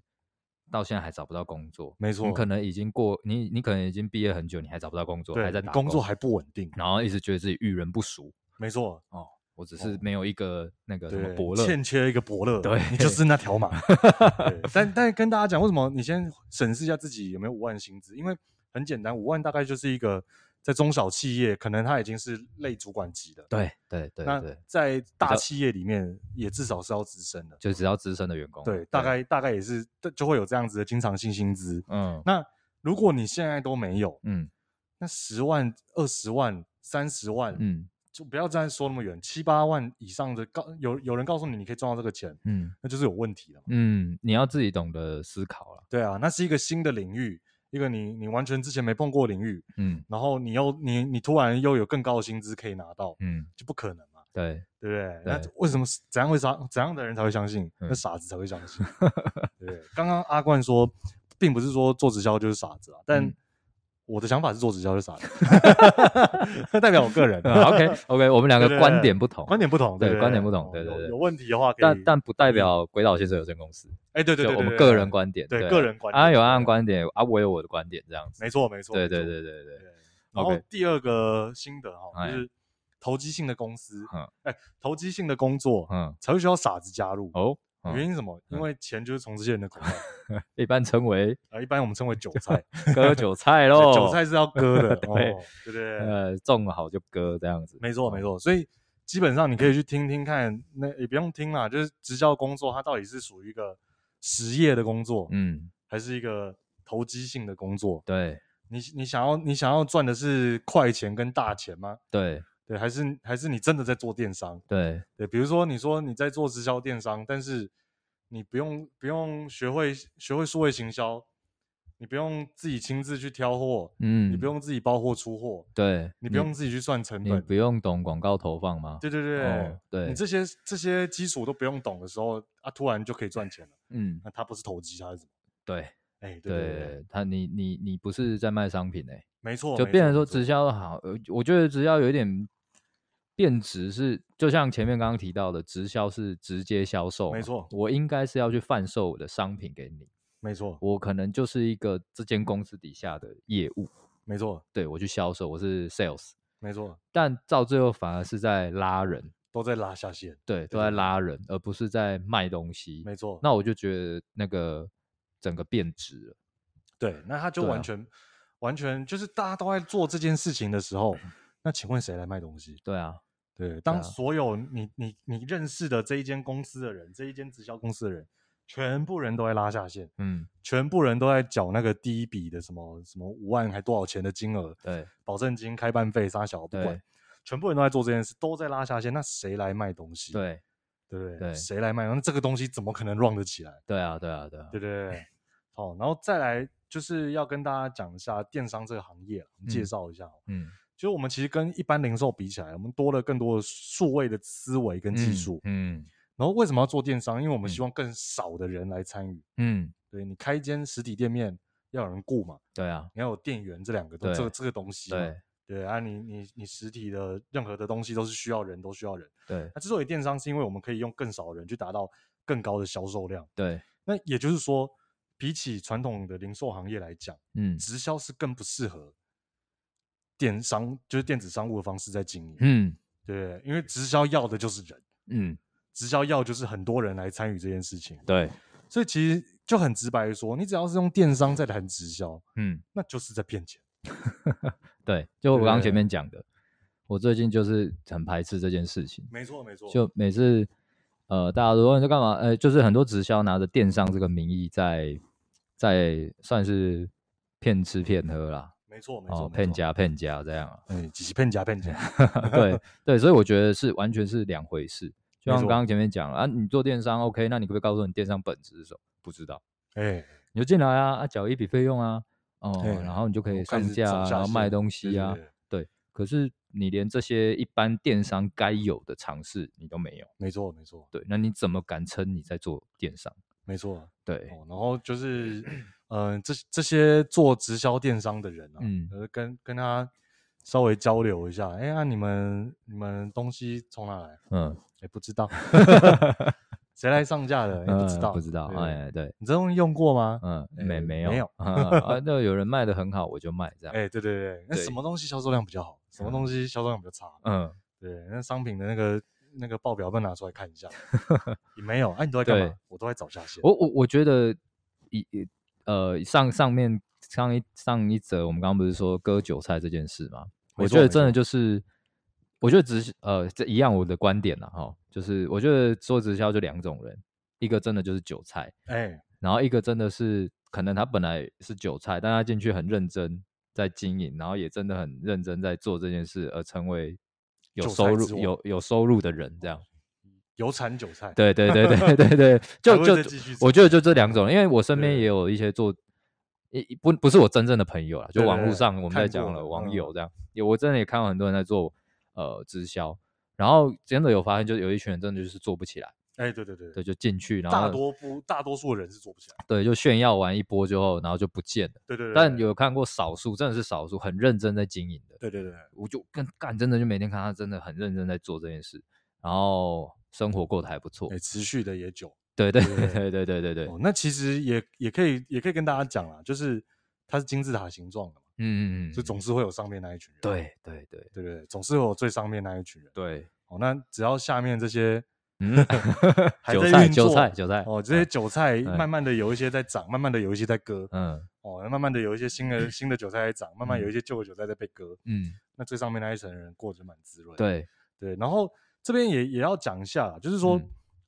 S2: 到现在还找不到工作？
S3: 没
S2: 你
S3: 错，
S2: 可能已经过你，你可能已经毕业很久，你还找不到工作，
S3: 对
S2: 还在
S3: 你
S2: 打
S3: 工作，还不稳定，
S2: 然后一直觉得自己遇人不淑。
S3: 没错，
S2: 哦，我只是
S3: 哦
S2: 没有一个那个什么
S3: 对，
S2: 伯乐。
S3: 欠缺一个伯乐，
S2: 对
S3: 你 就是那条马。 对但但跟大家讲，为什么你先审视一下自己有没有五万薪资？因为很简单，五万大概就是一个在中小企业，可能他已经是类主管级的，
S2: 对对对
S3: 那
S2: 对，
S3: 在大
S2: 较哦
S3: 企业里面也至少是要资深的，
S2: 就只要资深的员工。啊
S3: 对，大概大概也是就会有这样子的经常性薪资。
S2: 嗯
S3: 那如果你现在都没有，
S2: 嗯
S3: 那十万、二十万、三十万，
S2: 嗯
S3: 就不要再说那么远，七八万以上的告有有人告诉你你可以赚到这个钱，
S2: 嗯
S3: 那就是有问题了嘛。
S2: 嗯，你要自己懂得思考了。
S3: 对啊，那是一个新的领域，一个你你完全之前没碰过的领域，
S2: 嗯
S3: 然后你又你你突然又有更高的薪资可以拿到，
S2: 嗯，
S3: 就不可能嘛，
S2: 对，
S3: 对不对？那
S2: 对
S3: 为什么是怎样会傻怎样的人才会相信？
S2: 嗯
S3: 那傻子才会相 信，对不对？刚刚阿冠说，并不是说做直销就是傻子啊，但
S2: 嗯
S3: 我的想法是做直销就是傻 子，那代表我个人。
S2: OK OK，我们两
S3: 对
S2: 个
S3: 对
S2: 观
S3: 对
S2: 点不同，
S3: 观点不同，
S2: 嗯对
S3: 对，
S2: 观点不同
S3: 哦
S2: 对对
S3: 有
S2: 对
S3: 有问题的话可以，
S2: 但但不代表鬼岛先生有限公司。
S3: 哎，对对
S2: 就
S3: 对，
S2: 我们
S3: 对
S2: 个人，观点，
S3: 对
S2: 啊
S3: 个人观
S2: 啊
S3: 点
S2: 有
S3: 对
S2: 暗观点啊，我有我的观点，这样子，
S3: 对没错没错，
S2: 对
S3: 没
S2: 对
S3: 错
S2: 对对对，
S3: 对。然后
S2: OK
S3: 第二个心得哈，
S2: 哎
S3: 就是投机性的公司
S2: 嗯，
S3: 哎，投机性的工作
S2: 嗯，
S3: 才会需要傻子加入。
S2: 哦，嗯
S3: 原因是什么？因
S2: 嗯
S3: 为钱就是从这些人的口袋，
S2: 一般称为
S3: 啊，一般我们称为韭菜，
S2: 割韭菜
S3: 对
S2: 喽，
S3: 韭菜是要割的，哦，
S2: 哦
S3: 对不
S2: 对
S3: 对？
S2: 呃种好就割这样子，
S3: 没错
S2: 哦
S3: 没，错，所以基本上你
S2: 嗯
S3: 可以去听听看，那也不用听啦，就是直销工作它到底是属于一个实业的工作，
S2: 嗯，
S3: 还是一个投机性的工作？
S2: 对
S3: 你你想要你想要赚的是快钱跟大钱吗？
S2: 对
S3: 对，还是还是你真的在做电商？
S2: 对，
S3: 对，比如说你说你在做直销电商，但是你不用不用学会学会数位行销，你不用自己亲自去挑货，
S2: 嗯，
S3: 你不用自己包货出货，
S2: 对，
S3: 你不用自己去算成
S2: 你
S3: 本
S2: 不，用懂广告投放吗？
S3: 对对对，
S2: 哦对
S3: 你这些这些基础都不用懂的时候啊，突然就可以赚钱了，
S2: 嗯，
S3: 那它不是投机，它是什么？
S2: 对
S3: 哎，对对对，
S2: 对，他你你你不是在卖商品哎，
S3: 没错，
S2: 就
S3: 哦没
S2: 变
S3: 错
S2: 成说
S3: 没错
S2: 直销好，呃，我觉得直销有一点变质是，就像前面刚刚提到的，直销是直接销售嘛，
S3: 没错
S2: 我应该是要去贩售我的商品给你，
S3: 没错
S2: 我可能就是一个这间公司底下的业务，
S3: 没错
S2: 对我去销售，我是 sales，
S3: 没错，
S2: 但到最后反而是在拉人，
S3: 都在拉下线，
S2: 对，都
S3: 对对
S2: 在拉人，而不是在卖东西，
S3: 没错。
S2: 那我就觉得那个整个变质了，
S3: 对，那他就
S2: 对
S3: 完
S2: 啊
S3: 全、完全就是大家都在做这件事情的时候， 那请问谁来卖东西？
S2: 嗯对啊，
S3: 对，当
S2: 啊
S3: 所有你你你认识的这一间公司的人，这一间直销公司的人，全部人都在拉下线，
S2: 嗯，
S3: 全部人都在缴那个第一笔的什么什么五万还多少钱的金额，
S2: 对，
S3: 保证金、开办费、啥小不管
S2: 对，
S3: 全部人都在做这件事，都在拉下线，那谁来卖东西？
S2: 对，
S3: 对不对？
S2: 对
S3: 谁来卖？那这个东西怎么可能 run 得起来？
S2: 对啊，对啊，对啊
S3: 对，对对，好，然后再来就是要跟大家讲一下电商这个行业，我们介
S2: 嗯
S3: 绍一下哦。
S2: 嗯，
S3: 就是我们其实跟一般零售比起来，我们多了更多的数位的思维跟技
S2: 嗯
S3: 术。
S2: 嗯
S3: 然后为什么要做电商？因为我们希
S2: 嗯
S3: 望更少的人来参与。
S2: 嗯。
S3: 对你开一间实体店面，要有人雇嘛，
S2: 对啊，
S3: 你要有店员这两个东
S2: 对
S3: 这个这个东西嘛，
S2: 对
S3: 对啊，你你你实体的任何的东西都是需要人，都需要人。
S2: 对
S3: 那之所以电商，是因为我们可以用更少人去达到更高的销售量。
S2: 对，
S3: 那也就是说，比起传统的零售行业来讲，
S2: 嗯
S3: 直销是更不适合电商，就是电子商务的方式在经营。
S2: 嗯
S3: 对，因为直销要的就是人，
S2: 嗯，
S3: 直销要就是很多人来参与这件事情。
S2: 对，
S3: 所以其实就很直白的说，你只要是用电商在谈直销，
S2: 嗯
S3: 那就是在骗钱。
S2: 对，就我刚刚前
S3: 对
S2: 面讲的，我最近就是很排斥这件事情，
S3: 没错，没错，
S2: 就每次呃，大家都问在干嘛？呃，就是很多直销拿着电商这个名义在在算是骗吃骗喝啦，
S3: 没错，没错，
S2: 哦，
S3: 没
S2: 骗
S3: 错，
S2: 家骗家这样啊。 啊
S3: 哎，几骗家骗 家，
S2: 对对，所以我觉得是完全是两回事。就
S3: 没
S2: 像
S3: 错
S2: 刚刚前面讲了啊，你做电商 OK，那你可不可以告诉我你电商本质是什么？不知道，
S3: 哎，
S2: 你就进来啊，啊缴一笔费用啊，哦，
S3: 对
S2: 然后你就可
S3: 我
S2: 以
S3: 开
S2: 上
S3: 始
S2: 架
S3: 走
S2: 啊，
S3: 下
S2: 然后卖
S3: 线
S2: 东
S3: 对
S2: 西啊，
S3: 对对
S2: 对。可是你连这些一般电商该有的尝试你都没有，
S3: 没错，没错，
S2: 对，那你怎么敢称你在做电商？
S3: 没错。
S2: 对，
S3: 哦，然后就是， 嗯、这这些做直销电商的人啊，
S2: 嗯
S3: 呃，跟跟他稍微交流一下，哎，那、你们你们东西从哪来？
S2: 嗯，
S3: 哎，不知道，谁来上架的？哎，不知
S2: 嗯
S3: 道，
S2: 不知道，
S3: 对
S2: 哎，对，
S3: 你这东西用过吗？
S2: 嗯，
S3: 哎
S2: 没没有
S3: 没有
S2: 啊，那有人卖的很好，我就卖这样，
S3: 哎，对对对，那
S2: 嗯对
S3: 什么东西销售量比较好？什么东西销售量比较差？
S2: 嗯，
S3: 对，那商品的那个那个报表，不能拿出来看 一下？也没有，哎、你都在干
S2: 对哦
S3: 嘛？我都在找下线。
S2: 我我我觉得一呃上上面上一上一则我们刚刚不是说割韭菜这件事吗？
S3: 没
S2: 我
S3: 错
S2: 觉得
S3: 没
S2: 真的
S3: 错
S2: 就是，我觉得直呃这一样我的观点啦哈，就是我觉得做直销就两种人，一个真的就是韭菜，
S3: 哎，
S2: 然后一个真的是可能他本来是韭菜，但他进去很认真在经营，然后也真的很认真在做这件事，而成为有
S3: 韭
S2: 收
S3: 菜
S2: 入
S3: 之王
S2: 有有收入的人这样。
S3: 有产韭菜，
S2: 对对对对对对，
S3: 还
S2: 就
S3: 会
S2: 就
S3: 再继续
S2: 我
S3: 走
S2: 觉得就这两种，因为我身边
S3: 对
S2: 也有一些做，一不不是我真正的朋友啦，就
S3: 对对
S2: 网络
S3: 对
S2: 上我们
S3: 看
S2: 在
S3: 过
S2: 讲
S3: 的
S2: 了网
S3: 嗯
S2: 友这样，也我真的也看到很多人在做呃直销，然后真的有发现，就有一群人真的就是做不起来，
S3: 哎，对对对
S2: 对，就进去然
S3: 大
S2: 后
S3: 多不大多数人是做不起来。
S2: 对就炫耀完一波之后，然后就不见了。
S3: 对对对，
S2: 但有看过少数，真的是少数很认真在经营的，
S3: 对对对对
S2: 我就跟干真的就每天看他真的很认真在做这件事，然后生活过得还不错
S3: 哎、。持续的也久。
S2: 对对
S3: 对
S2: 对
S3: 对
S2: 对对对对对，
S3: 哦，那其实也也可以也可以跟大家讲啦，就是它是金字塔形状的嘛，
S2: 嗯嗯嗯，
S3: 所以总是会有上面那一群人。
S2: 对对对
S3: 对对对，总是会有最上面那一群人。
S2: 对，
S3: 哦，那只要下面这些
S2: 嗯，
S3: 还
S2: 韭
S3: 在
S2: 菜
S3: 运
S2: 韭
S3: 作
S2: 菜韭菜，
S3: 哦，这些韭菜
S2: 哎
S3: 慢慢的有一些在长，慢慢的有一些在割，
S2: 嗯
S3: 哦，慢慢的有一些新 的新的韭菜在长，慢慢有一些旧的韭菜在被割。
S2: 嗯，
S3: 那最上面那一层人过着蛮滋润。
S2: 对，
S3: 对，然后这边也也要讲一下啦，就是
S2: 嗯
S3: 说，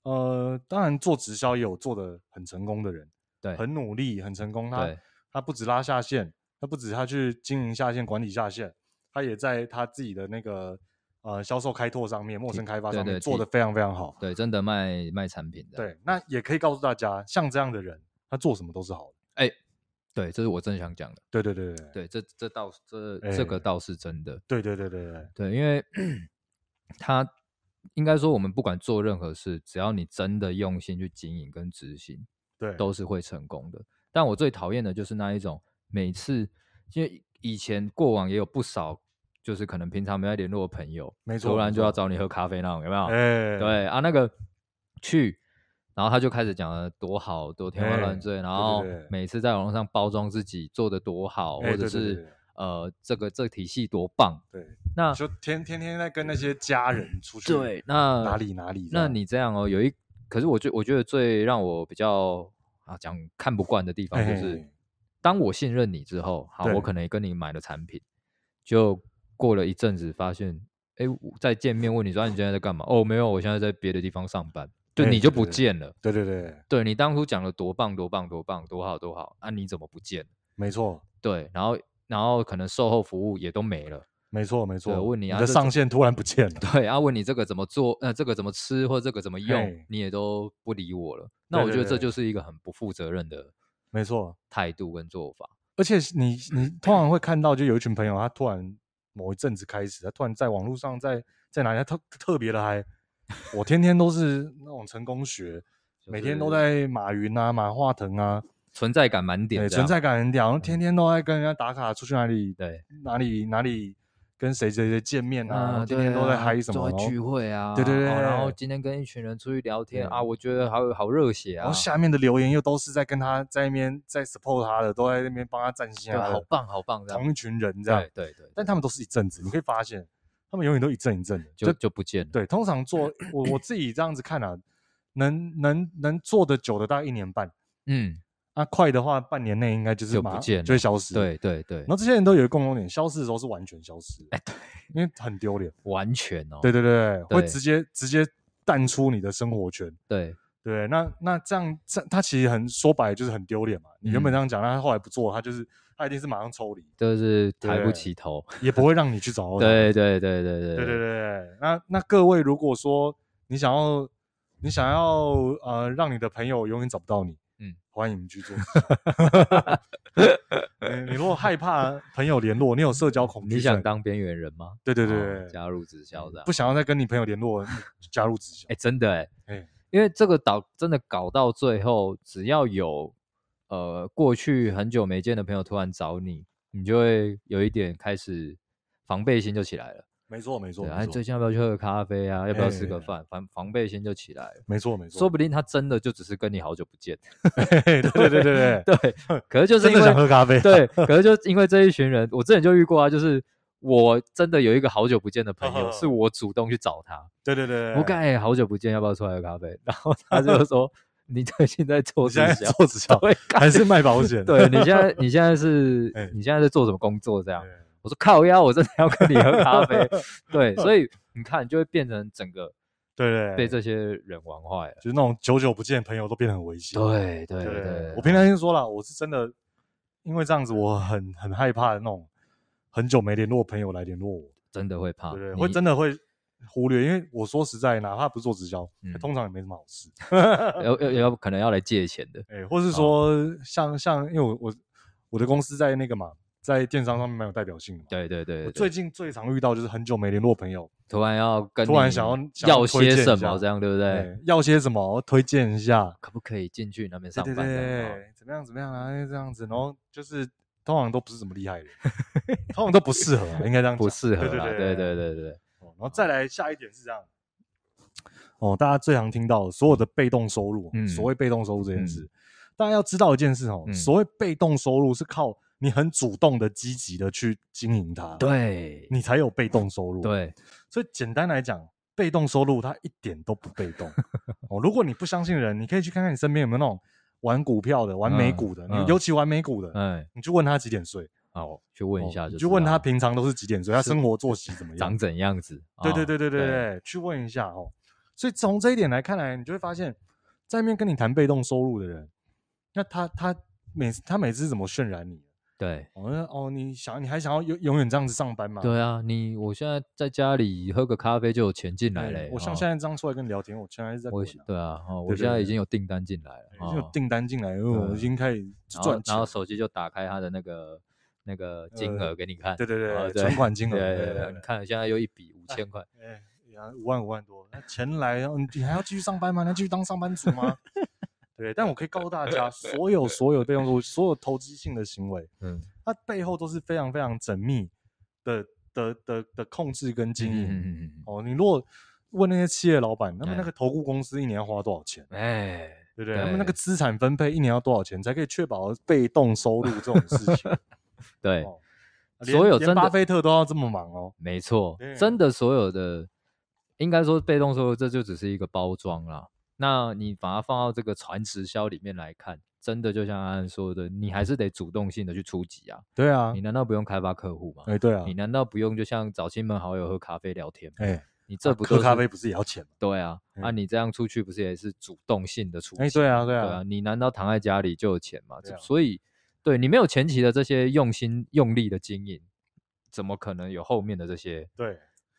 S3: 呃，当然做直销也有做的很成功的人，
S2: 对
S3: 很努力，很成功。他
S2: 对
S3: 他不止拉下线，他不止他去经营下线、管理下线，他也在他自己的那个呃销售开拓上面、陌生开发
S2: 对
S3: 上面
S2: 对
S3: 做
S2: 提
S3: 的非常非常好。
S2: 对，真的卖卖产品的，
S3: 对，那也可以告诉大家，像这样的人，他做什么都是好的。
S2: 对，这是我正想讲的，
S3: 对对对对
S2: 对，这这倒是这这个
S3: 哎
S2: 倒是真的，
S3: 对对对对对，
S2: 对，因为 他应该说我们不管做任何事，只要你真的用心去经营跟执行，
S3: 对
S2: 都是会成功的。但我最讨厌的就是那一种每次，因为以前过往也有不少，就是可能平常没在联络的朋友，
S3: 没错
S2: 突然
S3: 没
S2: 就要
S3: 错
S2: 找你喝咖啡那种，有没有？
S3: 哎，
S2: 对啊，那个去，然后他就开始讲了多好，多天花乱
S3: 哎
S2: 坠，然
S3: 对
S2: 后
S3: 对
S2: 每次在网络上包装自己做的多好，
S3: 哎
S2: 或者
S3: 对对对
S2: 是
S3: 对
S2: 呃这个这个体系多棒，
S3: 对，
S2: 那
S3: 就天天天在跟那些家人出去，
S2: 对那
S3: 哪里哪里这
S2: 那
S3: 样，
S2: 你这样哦，有一，可是我觉我觉得最让我比较啊讲看不惯的地方
S3: 哎
S2: 就
S3: 哎
S2: 是
S3: 哎，
S2: 当我信任你之后，好，
S3: 对
S2: 我可能也跟你买了产品，就过了一阵子，发现，哎，我再见面问你说、啊、你现在在干嘛？哦，没有，我现在在别的地方上班，就
S3: 哎
S2: 你就
S3: 对
S2: 不
S3: 对
S2: 见了。
S3: 对对对，
S2: 对你当初讲了多棒多棒多棒多好多好，啊，你怎么不见了？
S3: 没错，
S2: 对，然后然后可能售后服务也都没了。
S3: 没错，没错。
S2: 对问你啊
S3: 的
S2: 这
S3: 上限突然不见了，
S2: 对，然、啊后问你这个怎么做，呃，这个怎么吃，或者这个怎么用
S3: 嘿，
S2: 你也都不理我了。那
S3: 对
S2: 我
S3: 对
S2: 觉得这
S3: 对
S2: 就是一个很不负责任的
S3: 没错。
S2: 态度跟做法。
S3: 而且你你通常会看到，就有一群朋友，他突然某一阵子开始，他突然在网络上在在哪里，他特特别的嗨。我天天都是那种成功学，每天都
S2: 就是
S3: 在马云啊、马化腾啊，
S2: 存在感满点
S3: 对，
S2: 这样，嗯
S3: 存在感很屌，然后天天都在跟人家打卡，出去哪里
S2: 对
S3: 哪里哪里跟谁谁谁见面啊，然后
S2: 啊，
S3: 天
S2: 对
S3: 天都在
S2: 啊
S3: 嗨什么，
S2: 都在
S3: 然后
S2: 聚会啊，
S3: 对对对嗯
S2: 哦然后今天跟一群人出去聊天
S3: 对
S2: 啊，我觉得好好热血
S3: 然
S2: 啊
S3: 后，下面的留言又都是在跟他在那边在 support 他的，都在那边帮他占星
S2: 对，
S3: 啊，
S2: 好棒好棒这样
S3: 同，一群人这样
S2: 对。对对，
S3: 但他们都是一阵子，你可以发现，他们永远都一阵一阵的。
S2: 就就不见了，
S3: 对，通常做我我自己这样子看啊，能能能做的久的大概一年半，
S2: 嗯，
S3: 啊，快的话半年内应该就是
S2: 就不
S3: 马上
S2: 见
S3: 就会
S2: 了
S3: 消失。
S2: 对对对
S3: 然，后这些人都有一个共同点，消失的时候是完全消失，哎，对，因为很丢脸。
S2: 完全哦，
S3: 对对对，对会
S2: 对
S3: 直接直接淡出你的生活圈。
S2: 对
S3: 对，那那这样这他其实很说白了就是很丢脸嘛。你原本
S2: 嗯
S3: 这样讲，那他后来不做，他就是他一定是马上抽离，
S2: 就是抬
S3: 对
S2: 不起头，
S3: 也不会让你去找到他。
S2: 对对对对对
S3: 对对对对，那那各位如果说你想要你想要呃让你的朋友永远找不到你，嗯
S2: 嗯，
S3: 欢迎你去 做。你你如果害怕朋友联络，你有社交恐惧症，
S2: 你想当边缘人吗？
S3: 对对对
S2: 哦
S3: 对嗯
S2: 加入直销的，
S3: 不想要再跟你朋友联络，就加入直销
S2: 哎、。真的哎、
S3: 哎
S2: 因为这个导真的搞到最后，只要有呃过去很久没见的朋友突然找你，你就会有一点开始防备心就起来了。
S3: 没错没错
S2: 对，
S3: 没
S2: 哎，
S3: 错
S2: 最近要不要去喝个咖啡啊？要不要吃
S3: 哎
S2: 个饭？防防备心就起来了。
S3: 没错没错，
S2: 说不定他真的就只是跟你好久不见，
S3: 嘿嘿对对对对对，
S2: 对，可是就是
S3: 真
S2: 因
S3: 的想
S2: 为
S3: 喝咖啡，啊
S2: 对，可是就因为这一群人，我之前就遇过啊，就是我真的有一个好久不见的朋友， 是我主动去找他，
S3: 对对对，
S2: 我刚好久不见，要不要出来喝咖啡？然后 他就说：“你最近在做
S3: 我
S2: 直
S3: 现在
S2: 销？
S3: 做直销
S2: 对
S3: 还是卖保险，
S2: 对你现在你现在是
S3: 哎
S2: 你现在在做什么工作？”这样
S3: 对，
S2: 我说：“靠腰，我真的要跟你喝咖 啡。”对，所以你看，就会变成整个
S3: 对对，
S2: 被
S3: 对
S2: 这些人玩坏了。
S3: 就是那种久久不见的朋友都变得很危险。
S2: 对对
S3: 对
S2: 对，
S3: 我平常先说了，我是真的，因为这样子我很很害怕那种很久没联络的朋友来联络我，
S2: 真的会怕，
S3: 对对，
S2: 啊你
S3: 会真的会忽略，因为我说实在，哪怕不做直销，哎
S2: 嗯
S3: 通常也没什么好事。
S2: 要要要可能要来借钱的。
S3: 哎、或是说
S2: 哦
S3: 像像，因为我我我的公司在那个嘛，在电商上面蛮有代表性的嘛。
S2: 对对对，
S3: 我
S2: 对
S3: 最近最常遇到就是很久没联络的朋友，
S2: 突然要跟
S3: 突然
S2: 你
S3: 想要想要
S2: 要
S3: 推
S2: 些
S3: 荐一
S2: 什
S3: 下
S2: 么，这样对不对？
S3: 哎要些什么推荐一下，
S2: 可不可以进去那边
S3: 对
S2: 上
S3: 对
S2: 班？
S3: 对
S2: 这样哦
S3: 对，怎么样怎么样啊？这样子，然后就是通常都不是怎么厉害的， 通常都不适合啊，应该这样讲
S2: 不适合
S3: 对
S2: 啦。
S3: 对
S2: 对
S3: 对
S2: 对对对，
S3: 哦然后再来下一点是这样，哦，大家最常听到的所有的被动收入，
S2: 嗯
S3: 所谓被动收入这件
S2: 嗯
S3: 事，大家要知道一件事哦，
S2: 嗯
S3: 所谓被动收入是靠你很主动的、积极的去经营它，，
S2: 对
S3: 你才有被动收入。，
S2: 对，
S3: 所以简单来讲。被动收入它一点都不被 动哦。如果你不相信人，你可以去看看你身边有没有那种玩股票的、玩美
S2: 嗯
S3: 股的，
S2: 嗯
S3: 你尤其玩美股的，
S2: 哎，
S3: 你去问他几点睡，
S2: 好，去问一下
S3: 哦
S2: 就
S3: 你
S2: 知
S3: 去问
S2: 道
S3: 他
S2: 了
S3: 平常都是几点睡，他
S2: 是
S3: 生活作息怎么样？
S2: 长怎样子。
S3: 对对
S2: 啊
S3: 对对对，对，去问一下哦。所以从这一点来看来，你就会发现，在面跟你谈被动收入的人，那他他每次他每次是怎么渲染你？
S2: 对
S3: 哦，那哦，你想你还想要永永远这样子上班吗？
S2: 对啊，你我现在在家里喝个咖啡就有钱进来
S3: 哎
S2: 嘞。
S3: 我像
S2: 哦
S3: 现在这样出来跟你聊天，我现在是在
S2: 我
S3: 滚
S2: 现
S3: 啊
S2: 对啊，哦，
S3: 对
S2: 我
S3: 对
S2: 现在已
S3: 对
S2: 经有订单进来了，
S3: 已经有
S2: 哦
S3: 订单进来，因为我
S2: 对
S3: 已经开始
S2: 然
S3: 赚
S2: 后
S3: 钱
S2: 然后，手机就打开他的那个那个金
S3: 呃
S2: 额给你看。
S3: 对对对
S2: 哦
S3: 对存款金额
S2: 对
S3: 对
S2: 对
S3: 对
S2: 对，
S3: 对
S2: 你看现在又一笔五千块，
S3: 哎，然后五万五万多，那钱来，然后你你还要继续上班吗？你要继续当上班族 吗？对，但我可以告诉大家， 所有所有被动收入，所有投机性的行为，
S2: 嗯，
S3: 它背后都是非常非常缜密的的的的控制跟经营。
S2: 嗯嗯嗯
S3: 哦，你如果问那些企业老板，他们
S2: 哎
S3: 那个投顾公司一年要花多少钱，
S2: 嗯，哎，
S3: 对不对？他
S2: 对
S3: 们那个资产分配一年要多少钱，才可以确保被动收入这种事情？
S2: 对，
S3: 哦
S2: 所有
S3: 连
S2: 真
S3: 连
S2: 的
S3: 巴菲特都要这么忙哦。
S2: 没错
S3: 对，
S2: 真的所有的，应该说被动收入这就只是一个包装啦。那你把它放到这个传直销里面来看，真的就像安安说的，你还是得主动性的去出击啊。
S3: 对啊
S2: 你，难道不用开发客户吗？
S3: 哎，对啊
S2: 你，难道不用就像找亲朋好友喝咖啡聊天吗？
S3: 哎，
S2: 你这不
S3: 喝
S2: 都
S3: 咖啡不是也要钱吗？
S2: 对啊，啊，
S3: 嗯
S2: 你这样出去不是也是主动性的出击？
S3: 哎，对啊，对
S2: 对
S3: 啊
S2: 啊，，你难道躺在家里就有钱吗？
S3: 对啊
S2: 所以，对你没有前期的这些用心用力的经营，怎么可能有后面的这些
S3: 对。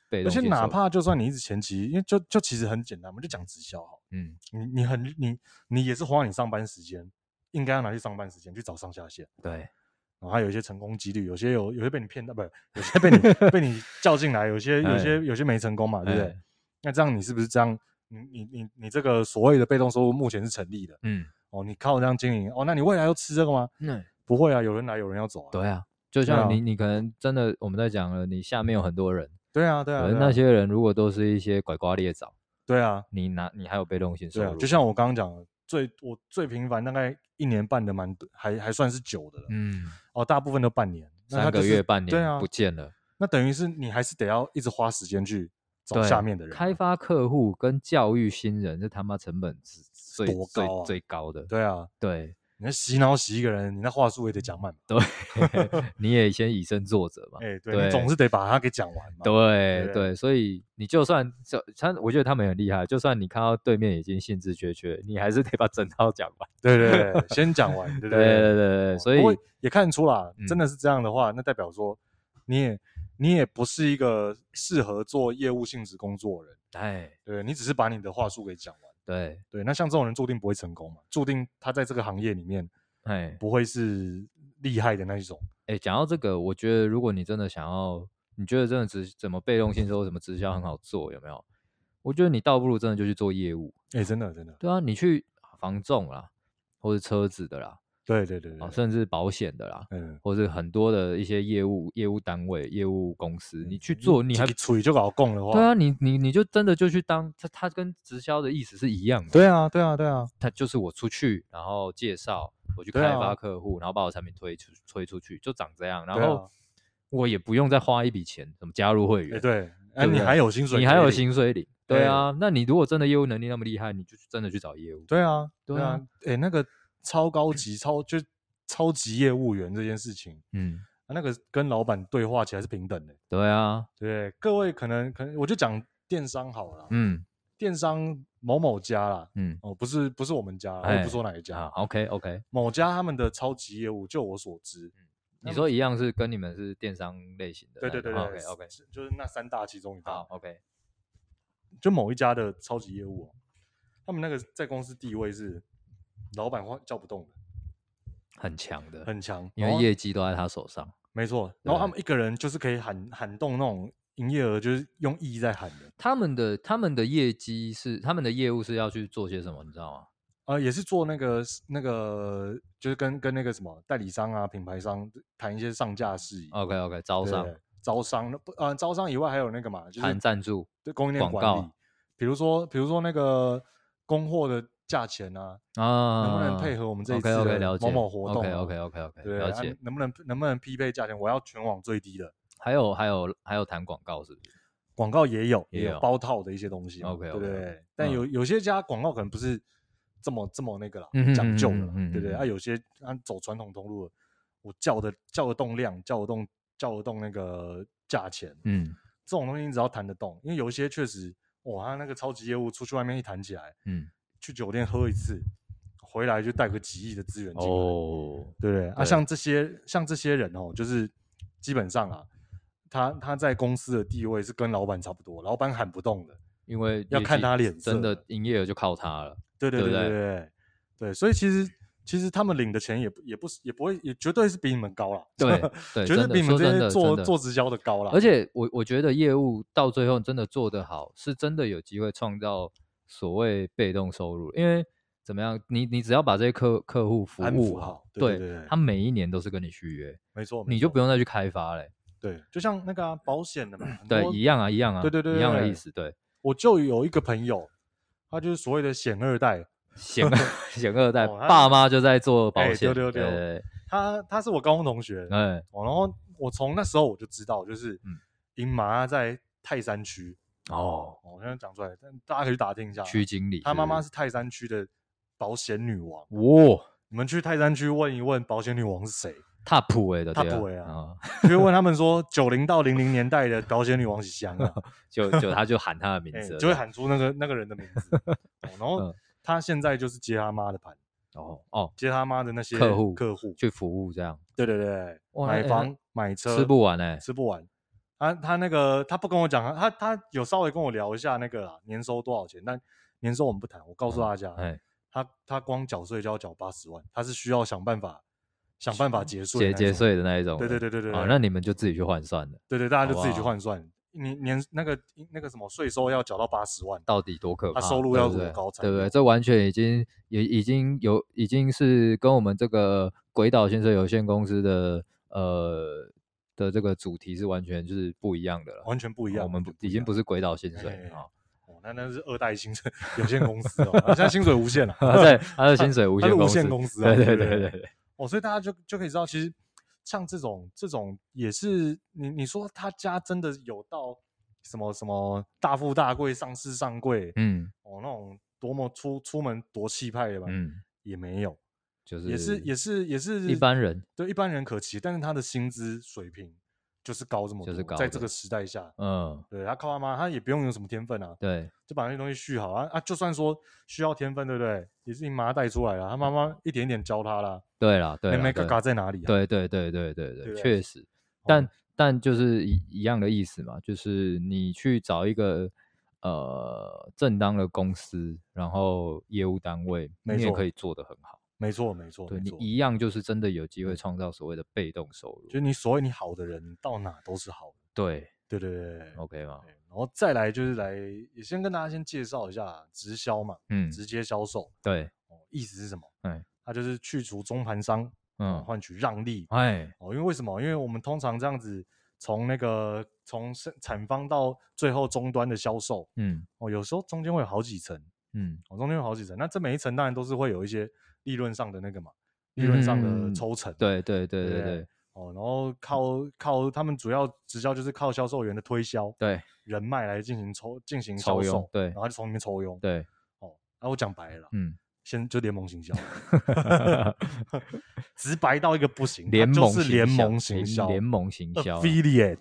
S2: 被
S3: 而
S2: 动
S3: 且
S2: 性收入？
S3: 哪怕就算你一直前期，因为就就其实很简单，我们就讲直销好了。
S2: 嗯，
S3: 你你很你你也是花你上班时间，应该要拿去上班时间去找上下线，
S2: 对，
S3: 然后还有一些成功几率，有些有有些被你骗到，不是有些被 你被你叫进来，有些有些有些没成功嘛，对不对
S2: 哎？
S3: 那这样你是不是这样？你你你你这个所谓的被动收入目前是成立的
S2: 嗯，
S3: 哦，你靠这样经营，哦，那你未来要吃这个吗？
S2: 嗯，
S3: 不会啊，有人来，有人要走啊。
S2: 对啊，就
S3: 对啊
S2: 像你，你可能真的我们在讲了，你下面有很多人，
S3: 对啊，对啊，
S2: 可
S3: 对
S2: 能
S3: 啊
S2: 那些人如果都是一些拐瓜裂枣，
S3: 对啊，
S2: 你拿你还有被动性收
S3: 对啊
S2: 入，，
S3: 就像我刚刚讲的，最我最频繁大概一年半的蛮还还算是久的了，
S2: 嗯，
S3: 哦，大部分都半年，那他
S2: 三
S3: 就
S2: 个
S3: 是
S2: 月半
S3: 对啊
S2: 年不见了，
S3: 那等于是你还是得要一直花时间去找
S2: 对
S3: 下面的人啊，
S2: 开发客户跟教育新人，这他妈成本是最
S3: 多
S2: 最
S3: 高啊
S2: 最高的，
S3: 对啊，
S2: 对
S3: 你那洗脑洗一个人，你那话术也得讲满嘛，
S2: 对，你也先以身作则嘛，
S3: 哎，对
S2: 对
S3: 你总是得把它给讲完嘛，
S2: 对
S3: 对啊
S2: 对，所以你就算就他，我觉得他们很厉害，就算你看到对面已经兴致缺缺，你还是得把整套讲完，
S3: 对对对，先讲完，对不
S2: 对对对对，
S3: 哦
S2: 所以
S3: 不过也看得出啦，真
S2: 嗯
S3: 的是这样的话，那代表说你也你也不是一个适合做业务性质工作的人，
S2: 哎，
S3: 对你只是把你的话术给讲完。
S2: 对，
S3: 对，那像这种人注定不会成功嘛，注定他在这个行业里面
S2: 哎，
S3: 不会是厉害的那一种。
S2: 哎，讲到这个，我觉得如果你真的想要，你觉得真的直怎么被动性收入、什么直销很好做，有没有？我觉得你倒不如真的就去做业务。
S3: 哎，真的真的，
S2: 对啊，你去房仲啦，或是车子的啦，
S3: 对对对
S2: 啊，
S3: 对，
S2: 甚至保险的啦，
S3: 嗯，
S2: 或是很多的一些业务、业务单位、业务公司，
S3: 嗯
S2: 你去做，你还
S3: 处于就搞供的话，
S2: 对啊，你你你就真的就去当，它它跟直销的意思是一样的。
S3: 对啊对啊对啊，
S2: 它就是我出去，然后介绍，我去
S3: 对
S2: 开
S3: 啊
S2: 发客户，然后把我产品推出推出去，就长这样。然
S3: 对啊
S2: 后我也不用再花一笔钱，什么加入
S3: 哎
S2: 会员，
S3: 对，哎
S2: 对不
S3: 你
S2: 对
S3: 还有薪水，哎
S2: 你还有，薪水领。对
S3: 对
S2: 啊，那你如果真的业务能力那么厉害，你就真的去找业务。
S3: 对啊对
S2: 对啊
S3: 啊，哎那个超高级超就超级业务员这件事情，
S2: 嗯，
S3: 啊那个跟老板对话起来是平等的。
S2: 对啊，
S3: 对，各位可能可能我就讲电商好了啦，
S2: 嗯
S3: 电商某某家啦，
S2: 嗯，
S3: 哦不是不是我们家啦，我也
S2: 哎
S3: 不说哪一家
S2: 好，，OK OK。
S3: 某家他们的超级业务，就我所知，
S2: 你说一样是跟你们是电商类型的那
S3: 对
S2: 一
S3: 对
S2: 种，
S3: 对对
S2: ，OK OK，
S3: 是就是那三大其中一
S2: 好
S3: 大，
S2: OK，
S3: 就某一家的超级业务、哦，他们那个在公司地位是老板换叫不动的，
S2: 很强的，
S3: 很哦强，
S2: 因
S3: 然
S2: 为
S3: 后
S2: 业绩都在他手上。
S3: 没错，然后
S2: 对
S3: 他们一个人就是可以喊喊动那种营业额，就是用亿在喊的，
S2: 他们的他们的业绩是他们的业务是要去做些什么，你知道吗？
S3: 呃，也是做那个那个就是跟跟那个什么代理商啊、品牌商谈一些上架事宜，
S2: OK OK，招哦
S3: 对
S2: 商、
S3: 招商，那不呃招商以外还有那个嘛，就是
S2: 谈赞助，
S3: 对供应链
S2: 广
S3: 管
S2: 告
S3: 理，比如说比如说那个供货的价钱啊，
S2: 啊，
S3: 能不能配合我们这一次
S2: OK OK
S3: 的
S2: 了解
S3: 某某活动
S2: ？OK
S3: 啊
S2: OK OK OK
S3: 对
S2: 了
S3: 啊
S2: 解。
S3: 能不能能不能匹配价钱？我要全网最低的
S2: 还有还有还有谈广告是不是？
S3: 广告也有
S2: 也
S3: 也有
S2: 有嗯
S3: 包套的一些东西嘛
S2: OK，OK，
S3: 对不
S2: OK，
S3: 对？但有有些家广告可能不是这么这么那个啦
S2: 嗯，哼
S3: 讲究的
S2: 嗯
S3: 啦，
S2: 哼嗯哼
S3: 对不对？
S2: 嗯哼
S3: 啊，有些啊走传统通路的，我叫的叫得动量，叫得动叫得动那个价钱，
S2: 嗯
S3: 这种东西你只要谈得动，因为有一些确实哇，他那个超级业务出去外面一谈起来，
S2: 嗯，
S3: 去酒店喝一次，回来就带个几亿的资源进来。
S2: 哦，
S3: 对不对？啊，
S2: 对
S3: 像这些像这些人哦，就是基本上啊，他他在公司的地位是跟老板差不多，老板喊不动的。
S2: 因为
S3: 要
S2: 业
S3: 看
S2: 绩
S3: 他脸色
S2: 真的
S3: 了
S2: 营业额就靠 他了。
S3: 对对
S2: 对不
S3: 对
S2: 对
S3: 对对，所以其实其实他们领的钱也不也不是也不会也绝对是比你们高啦，
S2: 对对，
S3: 绝对
S2: 真的
S3: 比你们
S2: 说真
S3: 这些
S2: 的
S3: 做
S2: 真的
S3: 做直销的高啦。
S2: 而且我我觉得业务到最后真的做得好，是真的有机会创造所谓被动收入，因为怎么样，你你只要把这些客客户服
S3: 安
S2: 务
S3: 抚好对
S2: 对
S3: 对对对
S2: 他每一年都是跟你续约，
S3: 没错，没
S2: 你就
S3: 错
S2: 不用再去开发嘞。
S3: 对，就像那个啊、保险的嘛，很
S2: 对，
S3: 多
S2: 一样啊，一样啊，
S3: 对对对对
S2: 一样的
S3: 对
S2: 意思。对，
S3: 我就有一个朋友，他就是所谓的险二代，
S2: 险恶 险恶代
S3: 哦他
S2: 爸妈就在做保
S3: 哎
S2: 险，
S3: 对对对
S2: 对
S3: 他他是我高中同学，
S2: 对，哎
S3: 哦，然后我从那时候我就知道，就是
S2: 嗯
S3: 银麻在泰山区，
S2: 哦，
S3: 哦我现在讲出来，但大家可以去打听一下。
S2: 区经理，
S3: 她啊妈妈是泰山区的保险女王，
S2: 哇
S3: 你们去泰山区问一问保险女王是谁，
S2: ，top 哎的
S3: Top 的啊
S2: 啊，
S3: 就会问他们说九零到零零年代的保险女王是香 啊，
S2: 就就他就喊他的名
S3: 哎
S2: 字了，
S3: 就会喊出那个那个人的名字。 哦然后
S2: 嗯
S3: 她现在就是接他妈的盘，
S2: 哦哦，
S3: 接他妈的那些
S2: 客户
S3: 客户，
S2: 去服务这样，
S3: 对对对，
S2: 哇
S3: 买
S2: 哎
S3: 房买车
S2: 吃不完哎，
S3: 吃不完。他他那个他不跟我讲，啊他他有稍微跟我聊一下那个啦，年收多少钱，但年收我们不谈。我告诉大家，
S2: 哎，
S3: 他他光缴税就要缴八十万，他是需要想办法想办法节税的
S2: 节
S3: 那一种，
S2: 节税的那一种，
S3: 对对对对对
S2: 哦，
S3: 对
S2: 那你们就自己去换算了，
S3: 对对，大家就
S2: 好
S3: 自己去
S2: 不好
S3: 换算，年年那个那个什么税收要缴到八十万，
S2: 到底多可怕？
S3: 他收入要
S2: 对不对
S3: 多高才
S2: 对不对？
S3: 有
S2: 这完全已经也已经有已经是跟我们这个鬼岛先生有限公司的呃的这个主题是完全就是不一样的了，哦
S3: 完全不一样。
S2: 我们不已
S3: 一
S2: 经
S3: 样
S2: 不是鬼岛先生
S3: 嘿
S2: 啊，
S3: 哦，那那是二代薪水有限公司哦，现在薪水无限 了，
S2: 他哦在他的薪水 无
S3: 它是
S2: 限公
S3: 无
S2: 司，
S3: 限公司啊，
S2: 对对
S3: 对
S2: 对对对，
S3: 哦，所以大家就就可以知道，其实像这种这种也是你你说他家真的有到什么什么大富大贵、上市上柜，
S2: 嗯
S3: 哦，那种多么出出门多气派的吧，
S2: 嗯，
S3: 也没有，
S2: 就是
S3: 也是也是也是
S2: 一般人，
S3: 对一般人可期，但是他的薪资水平就是高这么多，
S2: 就是高
S3: 在
S2: 的
S3: 这个时代下，
S2: 嗯
S3: 对他靠他妈，他也不用有什么天分啊，
S2: 对
S3: 就把那些东西续好啊啊！就算说需要天分，对不对？也是你妈带出来了，他妈妈一点一点教他啦。
S2: 对啦对
S3: 妹
S2: 啦
S3: 妹
S2: 对
S3: 嘎嘎在哪里、啊？，
S2: 对对对对对
S3: 对不对
S2: 对，
S3: 哦
S2: 确实，但但就是一一样的意思嘛，就是你去找一个呃正当的公司，然后业务单位，
S3: 没
S2: 你也
S3: 错
S2: 可以做得很好。
S3: 没错没错，
S2: 对
S3: 没
S2: 你
S3: 错嗯
S2: 一样就是真的有机会创造所谓的被动收入。
S3: 就是你所谓你好的人，到哪都是好的。
S2: 对
S3: 对对对对。
S2: ，OK 吗
S3: 对？然后再来就是来，也先跟大家先介绍一下直销嘛，
S2: 嗯，
S3: 直接销售
S2: 对，
S3: 哦，意思是什么？
S2: 哎，
S3: 它就是去除中盘商，嗯，
S2: 嗯，
S3: 换取让利
S2: 哎，
S3: 哦。因为为什么？因为我们通常这样子，从那个从生产方到最后终端的销售
S2: 嗯
S3: 哦，有时候中间会有好几层，
S2: 嗯，
S3: 哦，中间有好几层，那这每一层当然都是会有一些利润上的那个嘛，利润上的
S2: 嗯
S3: 抽成，
S2: 对对对
S3: 对
S2: 对
S3: 不
S2: 对
S3: 哦，然后靠靠他们主要直销就是靠销售员的推销
S2: 对
S3: 人脉来进行抽进行销
S2: 抽佣
S3: 售，
S2: 对
S3: 然后他就从里面抽佣，，
S2: 对，
S3: 哦，那我讲白了啦，
S2: 嗯，
S3: 先就联盟 行销，直白到一个不 行，
S2: 联
S3: 它
S2: 盟
S3: 就是
S2: 行
S3: 联
S2: 销嗯
S3: 盟行销，
S2: 联盟行销啦，啊
S3: affiliate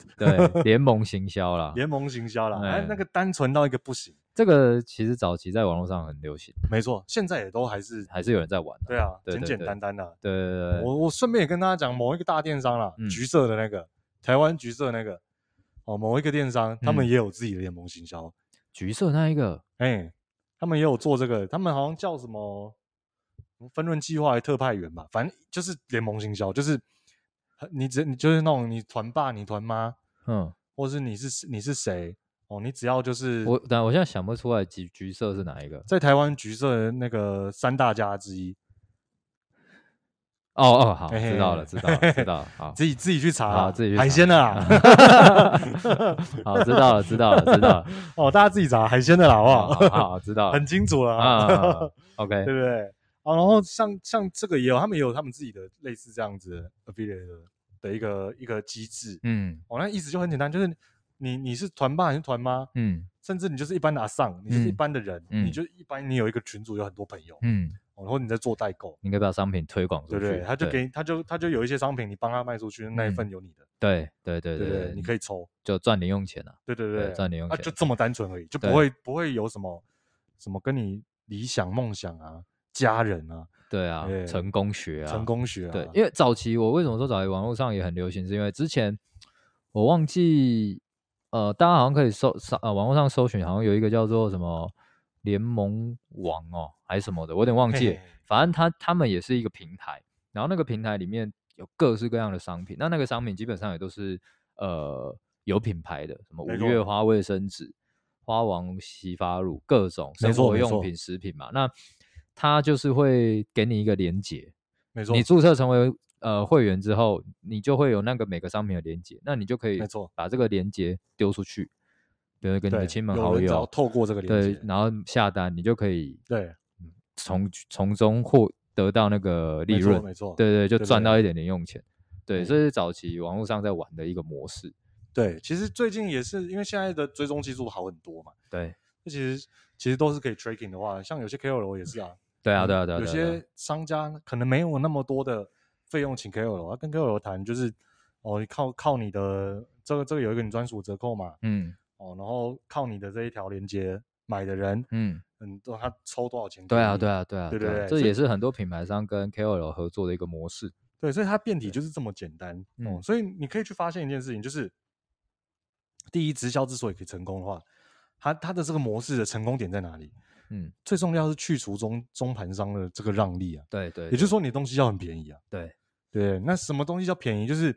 S2: 对，联盟行销啦，
S3: 联盟行销啦，哎，那
S2: 哎
S3: 个单纯到一个不行，
S2: 这个其实早期在网络上很流行，
S3: 没错，现在也都还是
S2: 还是有人在玩的、
S3: 对啊，
S2: 对
S3: 简
S2: 对
S3: 简
S2: 对
S3: 单单的。
S2: 对对对对，
S3: 我我顺便也跟大家讲，某一个大电商啦，
S2: 嗯
S3: 橘色的那个，台湾橘色那个，哦，某一个电商，他们
S2: 嗯
S3: 也有自己的联盟行销，
S2: 橘色那一个，
S3: 哎、他们也有做这个，他们好像叫什么什么分润计划、还是特派员吧，反正就是联盟行销，就是呃你只你就是那种你团爸、你团妈，
S2: 嗯，
S3: 或是你是你是谁哦，你只要就是
S2: 我但我现在想不出来橘橘色是哪一个。
S3: 在台湾橘色的那个三大家之一，
S2: 哦哦，好，
S3: 嘿嘿
S2: 知道了，
S3: 嘿
S2: 知道了，知道了，好
S3: 自，己自己去查啦
S2: 啊好，自己去
S3: 海
S2: 查
S3: 鲜的啦，
S2: 好，知道了，知道了，知道了，
S3: 哦，大家自己查海鲜的啦， 好不
S2: 好
S3: 好？
S2: 好好，知道 了
S3: 很清楚了
S2: 啊啊啊
S3: 啊
S2: 啊 ，OK，
S3: 对不对？啊，然后像像这个也有，他们也有他们自己的类似这样子的 affiliate 的的一个一个机制。
S2: 嗯
S3: 哦，那意思就很简单，就是你你是团爸还是团妈，
S2: 嗯
S3: 甚至你就是一般的阿上，你就是一
S2: 嗯
S3: 般的人，你
S2: 嗯
S3: 就一般你有一个群组，有很多朋友，
S2: 嗯，
S3: 哦然后你在做代购，
S2: 你可以把商品推广
S3: 对
S2: 出
S3: 不对？
S2: 去，
S3: 他就给你他就他就有一些商品，你帮他卖出去，那一
S2: 嗯
S3: 份有你的，
S2: 对，对对
S3: 对
S2: 对
S3: 不
S2: 对
S3: 对？
S2: 对，
S3: 你可以抽，
S2: 就赚零用钱啊，
S3: 对对
S2: 对赚零用
S3: 啊，
S2: 钱
S3: 就这么单纯而已，就不
S2: 对
S3: 会不会有什么什么跟你理想梦想啊、家人啊、
S2: 对啊
S3: 对，
S2: 成功学啊，
S3: 成功学啊，
S2: 对，因为早期我为什么说早期网络上也很流行，是因为之前我忘记，呃，大家好像可以搜上呃网络上搜寻，好像有一个叫做什么联盟网哦，还是什么的，我有点忘记了
S3: 嘿嘿嘿
S2: 反正他他们也是一个平台，然后那个平台里面有各式各样的商品，那那个商品基本上也都是呃有品牌的，什么五
S3: 没错
S2: 月花卫生纸、花王洗发乳各种
S3: 没
S2: 生
S3: 错
S2: 活
S3: 没错
S2: 用品、食品嘛，那它就是会给你一个连接。
S3: 没错，
S2: 你注册成为呃会员之后，你就会有那个每个商品的连接，那你就可以
S3: 没错
S2: 把这个连接丢出去，比如给你
S3: 对，
S2: 的亲朋
S3: 有
S2: 好
S3: 人只要
S2: 友，
S3: 透过这个链
S2: 对
S3: 接，，
S2: 然后下单，你就可以
S3: 对，
S2: 从从中获得到那个利
S3: 没错
S2: 润，
S3: 没错，
S2: 对对，就
S3: 对
S2: 赚
S3: 对
S2: 到一点零用钱。对，
S3: 嗯
S2: 这是早期网络上在玩的一个模式。
S3: 对。其实最近也是因为现在的追踪技术好很多嘛，
S2: 对，
S3: 那其实其实都是可以 tracking 的话，像有些 KOL 也是啊，
S2: 对啊，
S3: 嗯
S2: 对啊，对啊，
S3: 有
S2: 对啊对啊
S3: 些商家可能没有那么多的费用请 KOL，要跟啊 KOL 谈就是哦，你靠靠你的这个这个有一个你专属折扣嘛，
S2: 嗯
S3: 哦，然后靠你的这一条链接买的人，
S2: 嗯，
S3: 嗯，让他抽多少钱？
S2: 对啊，对，啊，对啊，
S3: 嗯对对
S2: 啊
S3: 对
S2: 这
S3: 所以
S2: 也是很多品牌商跟 KOL 合作的一个模式。
S3: 对，所以它变体就是这么简单哦。
S2: 嗯
S3: 所以你可以去发现一件事情，就是第一，直销之所以可以成功的话，它它的这个模式的成功点在哪里？
S2: 嗯，
S3: 最重要是去除中中盘商的这个让利啊，
S2: 对对，
S3: 也就是是说你的东西要很便宜啊。
S2: 对，
S3: 对，那什么东西叫便宜？就是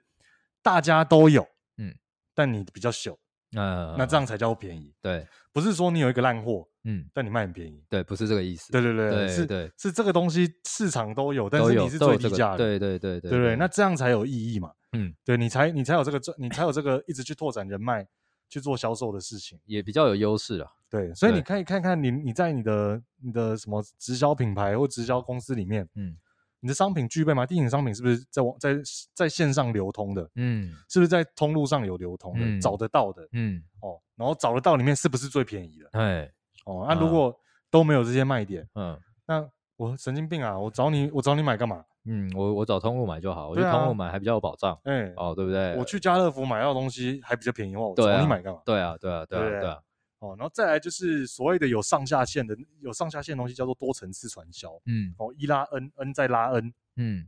S3: 大家都有，
S2: 嗯，
S3: 但你比较小，
S2: 呃，
S3: 那这样才叫便宜。
S2: 对，
S3: 不是说你有一个烂货，
S2: 嗯，
S3: 但你卖很便宜。
S2: 对，不是这个意思。
S3: 对对对
S2: 对
S3: 是
S2: 对
S3: 是这个东西市场都有，但
S2: 都
S3: 是
S2: 有
S3: 你是
S2: 都有
S3: 最
S2: 这
S3: 低
S2: 个
S3: 价的，
S2: 对对对对
S3: 对不对？那这样才有意义嘛。
S2: 嗯，
S3: 对你才你才有这个赚，你才有这个一直去拓展人脉、去做销售的事情。
S2: 也比较有优势啊。
S3: 对，所以
S2: 对
S3: 你可以看看你你在你的你的什么直销品牌或直销公司里面，
S2: 嗯
S3: 你的商品具备吗？第一，你的商品是不是在网在在线上流通的？
S2: 嗯
S3: 是不是在通路上有流通的、
S2: 嗯
S3: 找得到的
S2: 嗯，
S3: 哦？然后找得到里面是不是最便宜的
S2: 哎
S3: 哦？那、
S2: 啊
S3: 如果都没有这些卖点，
S2: 嗯
S3: 那我神经病啊！我找你，我找你买干嘛？
S2: 嗯，我我找通路买就好，我去
S3: 对啊
S2: 通路买还比较有保障
S3: 哎、
S2: 哦，对不对？
S3: 我去家乐福买到的东西还比较便宜的话，我
S2: 对
S3: 找
S2: 啊
S3: 你买干嘛？
S2: 对啊对啊对啊
S3: 对
S2: 对啊，
S3: 哦，然后再来就是所谓的有上下线的，有上下线的东西叫做多层次传销。
S2: 嗯
S3: 哦，一拉 N，N 再拉 N。
S2: 嗯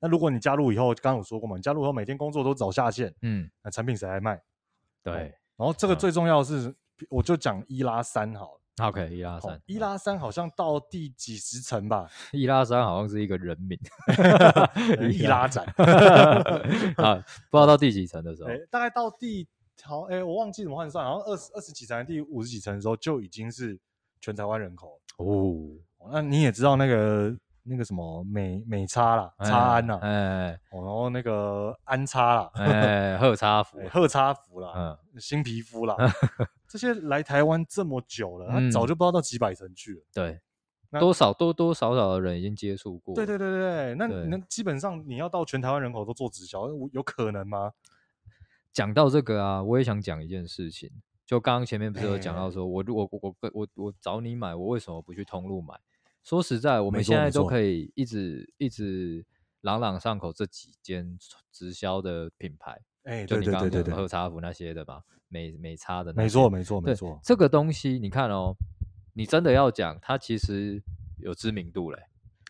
S3: 那如果你加入以后，刚刚有说过嘛，你加入以后每天工作都找下线，
S2: 嗯，
S3: 那产品谁来卖？
S2: 对
S3: 然后这个
S2: 嗯
S3: 最重要的是，我就讲一拉三好了。
S2: ，OK，一拉
S3: 哦
S2: 三，
S3: 一拉三好像到第几十层 吧，，
S2: 一拉三好像是一个人名，
S3: 一拉展
S2: 啊，不知道到第几层的时候
S3: 哎，，大概到第好，哎，我忘记怎么换算，好像二十二十几层，第五十几层的时候就已经是全台湾人口
S2: 哦，
S3: 哦。那你也知道那个那个什么美美差啦，
S2: 哎
S3: 差安啦，
S2: 哎
S3: 哦，然后那个安差啦，
S2: 哎，贺差福
S3: 哎，贺差福啦，
S2: 嗯，
S3: 新皮肤啦， 这些来台湾这么久了，他
S2: 嗯
S3: 早就不知道到几百层去了。
S2: 对，
S3: 那
S2: 多少多多少少的人已经接触过，
S3: 对对对对对，那
S2: 对
S3: 那基本上你要到全台湾人口都做直销，我有可能吗？
S2: 讲到这个啊，我也想讲一件事情。就刚刚前面不是有讲
S3: 哎
S2: 到说，我如果我我我我找你买，我为什么不去通路买？说实在，我
S3: 没
S2: 们
S3: 错
S2: 现
S3: 没
S2: 在都
S3: 错
S2: 可以一直一直朗朗上口这几间直销的品牌，
S3: 哎，
S2: 就
S3: 对
S2: 你
S3: 对
S2: 刚
S3: 对对
S2: 刚讲的
S3: 对，
S2: 喝茶服那些的嘛，美美差的那些，
S3: 没错没错没
S2: 对
S3: 错，
S2: 这个东西你看哦，你真的要讲，它其实有知名度嘞，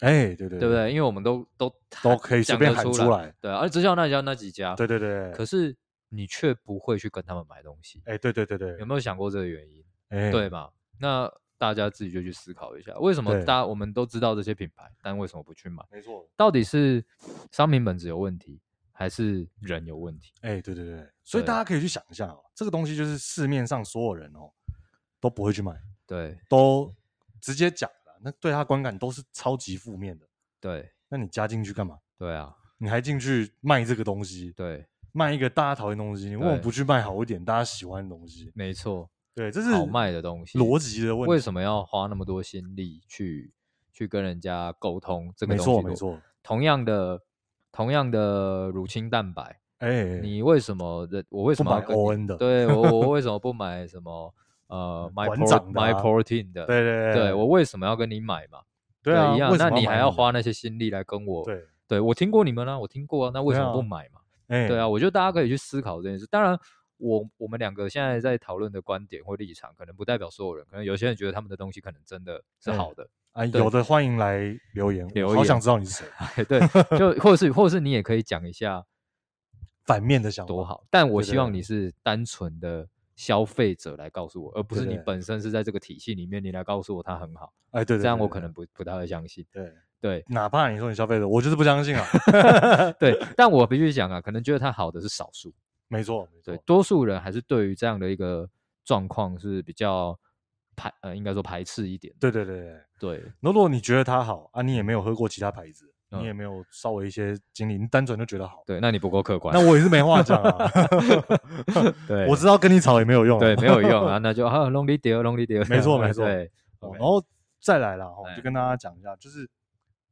S3: 哎，对对
S2: 对不？对？因为我们都都
S3: 都可以随
S2: 讲
S3: 便
S2: 得
S3: 喊
S2: 出
S3: 出来，
S2: 对啊，而直销那家那几家，
S3: 对对对，
S2: 可是你却不会去跟他们买东西，
S3: 哎，对对对对
S2: 有，没有想过这个原因？
S3: 哎，
S2: 对嘛？那大家自己就去思考一下，为什么
S3: 对
S2: 大家我们都知道这些品牌，但为什么不去买？
S3: 没错，
S2: 到底是商品本质有问题，还是人有问题？
S3: 哎，对对对，所以
S2: 对
S3: 大家可以去想一下哦，这个东西就是市面上所有人哦都不会去买，
S2: 对
S3: 都直接讲了，那对他观感都是超级负面的。
S2: 对
S3: 那你加进去干嘛？
S2: 对啊，
S3: 你还进去卖这个东西，
S2: 对，
S3: 卖一个大家讨厌的东西，你为什么
S2: 对
S3: 不去卖好一点大家喜欢的东西？
S2: 没错，
S3: 对，这是
S2: 好卖的东西
S3: 逻辑的问题。
S2: 为什么要花那么多心力去去跟人家沟通这个
S3: 没
S2: 东西
S3: 错，
S2: 多？
S3: 没错。
S2: 同样的同样的乳清蛋白，
S3: 哎，
S2: 你为什么的？我为什
S3: 不
S2: 么要
S3: 买
S2: 跟你
S3: ON 的
S2: 对我，我为什么不买什么 呃 my
S3: 馆
S2: pro
S3: 长的
S2: my
S3: 啊
S2: protein 的？
S3: 对对
S2: 对我为什么要跟你买嘛？
S3: 对啊，
S2: 一样
S3: 为。什
S2: 那
S3: 么
S2: 你
S3: 买
S2: 还要
S3: 的
S2: 花那些心力来跟我？
S3: 对，
S2: 对我听过你们啊，我听过啊，那为什
S3: 对
S2: 么不
S3: 啊
S2: 买嘛？
S3: 哎，
S2: 对啊，，我觉得大家可以去思考这件事。当然，我我们两个现在在讨论的观点或立场，可能不代表所有人，可能有些人觉得他们的东西可能真的是
S3: 嗯
S2: 好的，
S3: 啊，
S2: 对
S3: 有的欢迎来留言，
S2: 留
S3: 我好
S2: 言
S3: 想知道你是 谁，
S2: 对，就或者是或者是你也可以讲一下
S3: 反面的想法
S2: 多。好，但我
S3: 对
S2: 希望
S3: 对
S2: 你是单纯的。消费者来告诉我，而不
S3: 对
S2: 是你
S3: 对
S2: 本身是在这个体系里面，你来告诉我它很好，
S3: 哎，对，对
S2: 这样
S3: 对
S2: 我
S3: 对
S2: 可能不不太会相信。
S3: 对，
S2: 对
S3: 哪怕你说你消费者，我就是不相信 啊。
S2: 对，但我必须讲啊，可能觉得它好的是少数，
S3: 没错，没
S2: 对
S3: 错，，
S2: 多数人还是对于这样的一个状况是比较排呃，应该说排斥一点的。
S3: 对对对对。对
S2: 对，
S3: 那如果你觉得它好啊，你也没有喝过其他牌子，
S2: 嗯
S3: 你也没有稍微一些经历，你单纯就觉得好，
S2: 对，那你不够客观。啊
S3: 那我也是没话讲啊。
S2: 对
S3: 我知道跟你吵也没有用啊。
S2: 对没有 用啊，那就啊，lonely dear，lonely dear，
S3: 没错没错
S2: 哎对，
S3: 哦
S2: OK
S3: 然后再来啦，哦，
S2: 哎
S3: 就跟大家讲一下，就是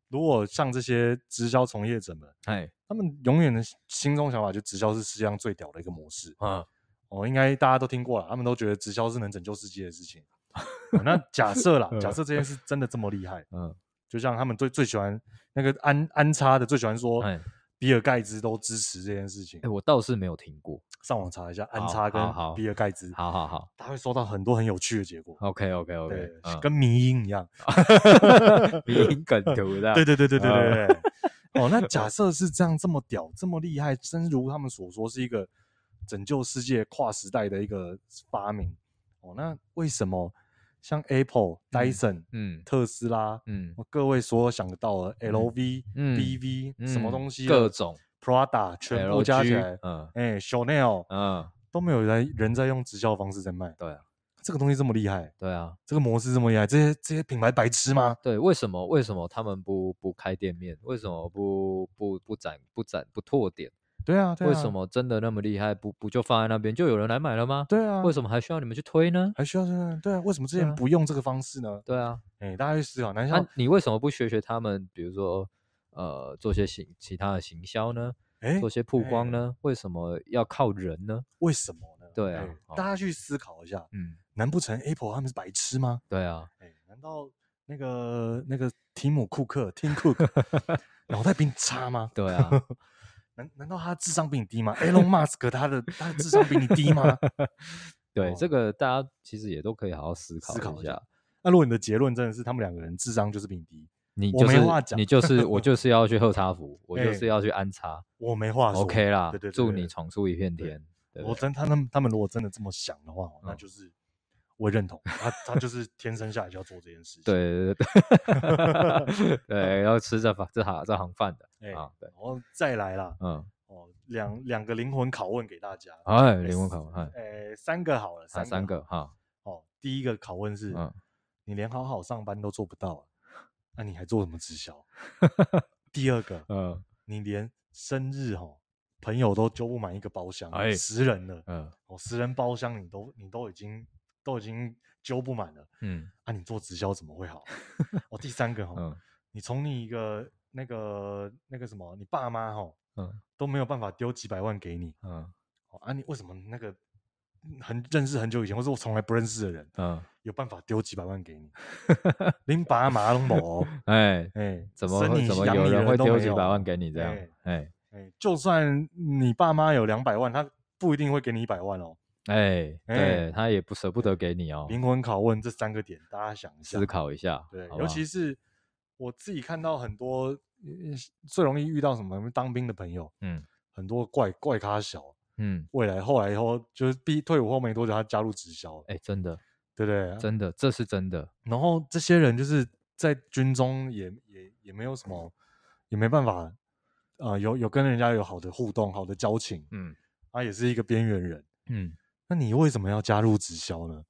S3: 如果像这些直销从业者们，
S2: 哎，
S3: 他们永远的心中想法就直销是世界上最屌的一个模式
S2: 嗯，
S3: 哦，应该大家都听过了，他们都觉得直销是能拯救世界的事 情。哦那假设啦，
S2: 嗯
S3: 假设这件事真的这么厉害，
S2: 嗯，
S3: 就像他们最最喜欢那个安安插的，最喜欢说
S2: 哎
S3: 比尔盖茨都支持这件事情
S2: 哎，。我倒是没有听过。
S3: 上网查一下安
S2: 好
S3: 插跟
S2: 好好
S3: 比尔盖茨，
S2: 好好好
S3: 他会收到很多很有趣的结果。
S2: ，OK，OK，OK，
S3: 对，
S2: 嗯
S3: 跟迷音一样。
S2: 迷因梗图的，
S3: 嗯对对对对对对
S2: 啊
S3: 对。哦，那假设是这样，这么屌，这么厉害，真如他们所说，是一个拯救世界、跨时代的一个发明。哦，那为什么像 Apple、Dyson、
S2: 嗯
S3: 特斯拉，
S2: 嗯
S3: 哦各位所想得到的 LV、
S2: 嗯
S3: BV
S2: 嗯
S3: 哦什么东西的，
S2: 各种
S3: Prada 全部加起
S2: LG
S3: 来，
S2: 嗯
S3: 哎，Chanel、
S2: 嗯，
S3: 都没有人人在用直销方式在卖。
S2: 对啊，
S3: 这个东西这么厉害，
S2: 对啊，
S3: 这个模式这么厉害，这些这些品牌白痴吗？
S2: 对，为什么为什么他们不不开店面？为什么不不不展不展不拓点？
S3: 对啊，对啊
S2: 为什？么真的那么厉害？不不就放在那边就有人来买了吗？
S3: 对啊，
S2: 为什么还需要你们去推呢？
S3: 还需要这个？对啊，为什么之
S2: 对
S3: 前
S2: 啊
S3: 不用这个方式呢？
S2: 对啊，
S3: 哎、大家去思考，难
S2: 那、
S3: 像
S2: 你为什么不学学他们？比如说，呃，做些行其他的行销呢？
S3: 哎、
S2: 做些曝光
S3: 哎
S2: 呢？为什么要靠人呢？
S3: 为什么呢？
S2: 对啊
S3: 哎
S2: 好
S3: 大家去思考一下，
S2: 嗯，
S3: 难不成 Apple 他们是白痴吗？
S2: 对啊，
S3: 哎、难道那个那个提姆库克 Tim Cook 脑袋比你差吗？
S2: 对啊，
S3: 难难道他智商比你低吗？Elon Musk 他的他的智商比你低 吗？
S2: 对，这
S3: 哦
S2: 个大家其实也都可以好好思考
S3: 思考一
S2: 下
S3: 下。那如果你的结论真的是他们两个人智商就是比你低，
S2: 你
S3: 我
S2: 就
S3: 没
S2: 是
S3: 话讲
S2: 你就是我就是要去喝茶服，我就
S3: 哎
S2: 是要去安插
S3: 我没话说。
S2: ，OK 啦
S3: 对对，对
S2: 祝
S3: 对
S2: 你闯出一片
S3: 对
S2: 天。对不
S3: 我
S2: 对
S3: 真他们他们如果真的这么想的话，哦那
S2: 嗯
S3: 就是我认同他，他就是天生下来就要做这件事情。，
S2: 对对对 对，要吃这行这行这行饭
S3: 哎
S2: 的啊，对
S3: 然，后再来啦，
S2: 嗯，
S3: 哦，两两个灵魂拷问给大家。
S2: 哎，
S3: 哎
S2: 灵魂拷问，哎，
S3: 呃，三个好了，
S2: 啊，三
S3: 个
S2: 个哈，
S3: 哦。第一个拷问是，
S2: 嗯
S3: 你连好好上班都做不到，啊那你还做什么直 销？第二个，
S2: 嗯
S3: 你连生日哦，朋友都揪不满一个包厢，
S2: 哎
S3: 十人了，
S2: 嗯
S3: 哦，十人包厢你都你都已经都已经揪不满了，
S2: 嗯
S3: 啊，你做直销怎么会好？哦，第三个哦，
S2: 嗯
S3: 你从你一个那个那个什么，你爸妈哦
S2: 嗯
S3: 都没有办法丢几百万给你，
S2: 嗯
S3: 哦，啊，你为什么那个很认识很久以前，或是我从来不认识的人，
S2: 嗯，
S3: 有办法丢几百万给你？零八马龙某，
S2: 哎，
S3: 哎，
S2: 怎么
S3: 生
S2: 会
S3: 你
S2: 怎么
S3: 养
S2: 有
S3: 你
S2: 人会
S3: 都
S2: 丢
S3: 没
S2: 几
S3: 有
S2: 百万？给你这样
S3: 哎？
S2: 哎
S3: 哎，就算你爸妈有两百万，他不一定会给你一百万哦。
S2: 哎，
S3: 哎
S2: 对他也不舍不得给你哦，
S3: 灵魂拷问这三个点，大家想一下
S2: 思。考一下，
S3: 对，
S2: 好
S3: 尤
S2: 吧
S3: 其是我自己看到很多呃最容易遇到什么当兵的朋友，
S2: 嗯
S3: 很多怪怪咖小，
S2: 嗯，
S3: 未来后来以后就是毕退伍后没多久，他加入直销了，
S2: 哎，真的
S3: 对不对？
S2: 真的，这是真的，
S3: 然后这些人就是在军中也也也没有什么，也没办法，呃，有有跟人家有好的互动、好的交情，
S2: 嗯
S3: 啊，也是一个边缘人。
S2: 嗯，
S3: 那你为什么要加入直销呢？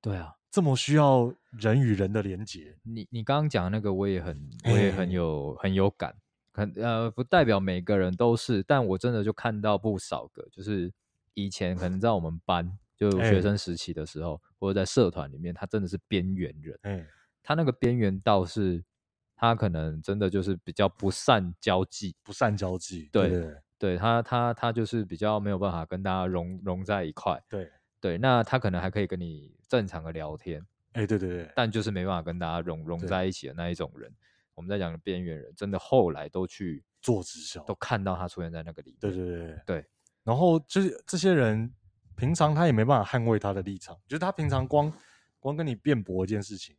S2: 对啊，
S3: 这么需要人与人的连接，
S2: 你你刚刚讲的那个，我也很我也很
S3: 哎
S2: 有很有感，很呃不代表每个人都是，但我真的就看到不少个，就是以前可能在我们班就
S3: 哎
S2: 学生时期的时候，或者在社团里面，他真的是边缘人，
S3: 哎，
S2: 他那个边缘到是，他可能真的就是比较不善交际，
S3: 不善交际，
S2: 对
S3: 对对
S2: 对他他他就是比较没有办法跟大家融融在一块，
S3: 对，
S2: 对，那他可能还可以跟你正常的聊天，
S3: 哎，对对对，
S2: 但就是没办法跟大家融融
S3: 对
S2: 在一起的那一种人。我们在讲的边缘人，真的后来都去
S3: 做直销，
S2: 都看到他出现在那个里面。
S3: 对对对对
S2: 对。
S3: 然后就是这些人，平常他也没办法捍卫他的立场，就是他平常光光跟你辩驳一件事情，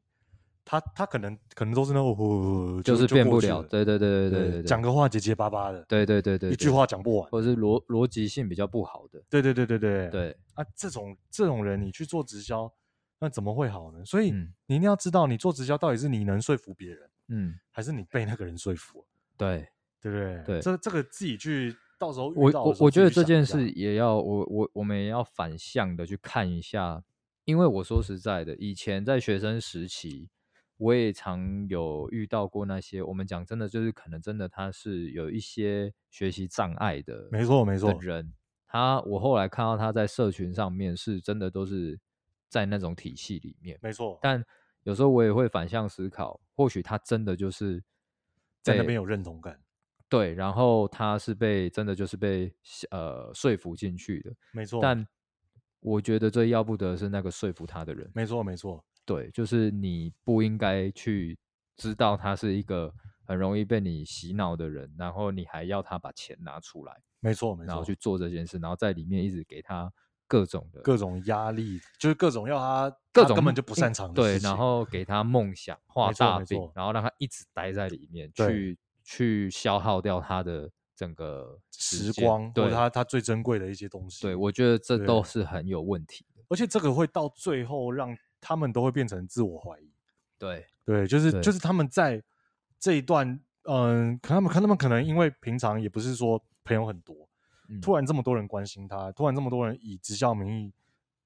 S3: 他他可能可能都是那种呼呼呼
S2: 就是
S3: 就
S2: 变不
S3: 过去
S2: 了。对对对对对对，
S3: 讲个话结结巴巴的，
S2: 对对对对
S3: 一句话，讲不完
S2: 对。或者是逻逻辑性比较不好的。
S3: 对对对对对
S2: 对，
S3: 啊，这种这种人你去做直销，那怎么会好呢？所以
S2: 嗯
S3: 你一定要知道，你做直销到底是你能说服别人，
S2: 嗯，
S3: 还是你被那个人说服，啊
S2: 对
S3: 对不对？
S2: 对
S3: 这这个自己去到时候遇
S2: 我
S3: 到的
S2: 我
S3: 时候
S2: 我觉得
S3: 自己
S2: 这
S3: 去想
S2: 件
S3: 一下
S2: 事也要我我我们也要反向的去看一下，因为我说实在的，以前在学生时期。我也常有遇到过那些，我们讲真的，就是可能真的他是有一些学习障碍的，
S3: 没错没
S2: 的
S3: 错，
S2: 人，他我后来看到他在社群上面是真的都是在那种体系里面，
S3: 没错，
S2: 但有时候我也会反向思考，或许他真的就是
S3: 在那
S2: 被
S3: 边有认同感，
S2: 对，然后他是被真的就是被呃说服进去的，
S3: 没错，
S2: 但我觉得最要不得是那个说服他的人，
S3: 没错没错，
S2: 对，就是你不应该去知道他是一个很容易被你洗脑的人，然后你还要他把钱拿出来。
S3: 没错没
S2: 然后
S3: 错，
S2: 去做这件事，然后在里面一直给他各种的
S3: 各种压力就是各种要他
S2: 各
S3: 他
S2: 种
S3: 根本就不
S2: 嗯
S3: 擅长的
S2: 对，
S3: 事情
S2: 然后给他梦想画
S3: 没错
S2: 大
S3: 没
S2: 饼
S3: 错，
S2: 然后让他一直待在里面
S3: 对
S2: 去去消耗掉他的整个
S3: 时
S2: 间
S3: 光或
S2: 对
S3: 者他他最珍贵的一些东西，
S2: 对，我觉得这都
S3: 对
S2: 是很有问题的，
S3: 而且这个会到最后让他们都会变成自我怀疑。
S2: 对，
S3: 对，就是
S2: 对
S3: 就是他们在呃这一段，嗯，可他们可他们可能因为平常也不是说朋友很多，
S2: 嗯
S3: 突然这么多人关心他，突然这么多人以直销名义，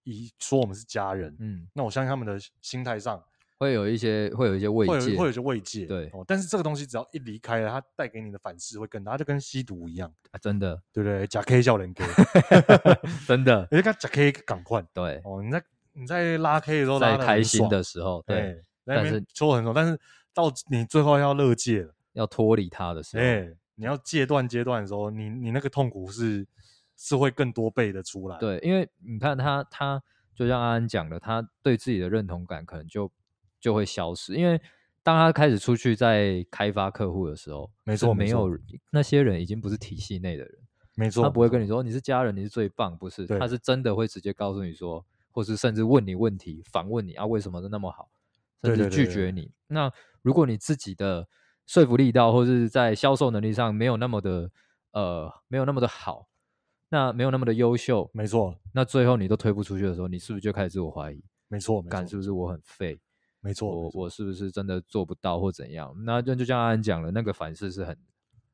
S3: 以说我们是家人，
S2: 嗯，
S3: 那我相信他们的心态上
S2: 会有一些会有一些慰
S3: 会有
S2: 藉，
S3: 会有一些慰藉，
S2: 对
S3: 哦。但是这个东西只要一离开了，它带给你的反噬会更大，它就跟吸毒一样，
S2: 啊真的
S3: 对不对？假 K 笑人 K，
S2: 真的，
S3: 你看假 K 赶快
S2: 对，
S3: 哦，你在你在拉 K 的时候拉
S2: 在
S3: 得很
S2: 开心
S3: 爽
S2: 的，时候，对，
S3: 哎，在那
S2: 但
S3: 边
S2: 是
S3: 说很爽，但是到你最后要乐界了，
S2: 要脱离他的时候，
S3: 哎，你要戒断阶段的时候，你你那个痛苦是是会更多倍的出来，
S2: 对，因为你看他，他就像安安讲的，他对自己的认同感可能就就会消失，因为当他开始出去在开发客户的时候，
S3: 没
S2: 是
S3: 错没
S2: 没
S3: 错
S2: 有那些人已经不是体系内的人，
S3: 没错，
S2: 他不会
S3: 没错
S2: 跟你说你是家人，你是最棒，不是，
S3: 对
S2: 他是真的会直接告诉你说，或是甚至问你问题，反问你啊为什么那么好，甚
S3: 对
S2: 至
S3: 对对
S2: 拒
S3: 对
S2: 绝你。那如果你自己的说服力道或是在销售能力上没有那么的呃没有那么的好，那没有那么的优秀，
S3: 没错
S2: 那最后你都推不出去的时候，你是不是就开始自我怀疑？
S3: 没错没
S2: 感
S3: 错
S2: 是不是我很废？
S3: 没错，
S2: 我
S3: 没错
S2: 我是不是真的做不到或怎样？那就就像安安讲了，那个反噬是很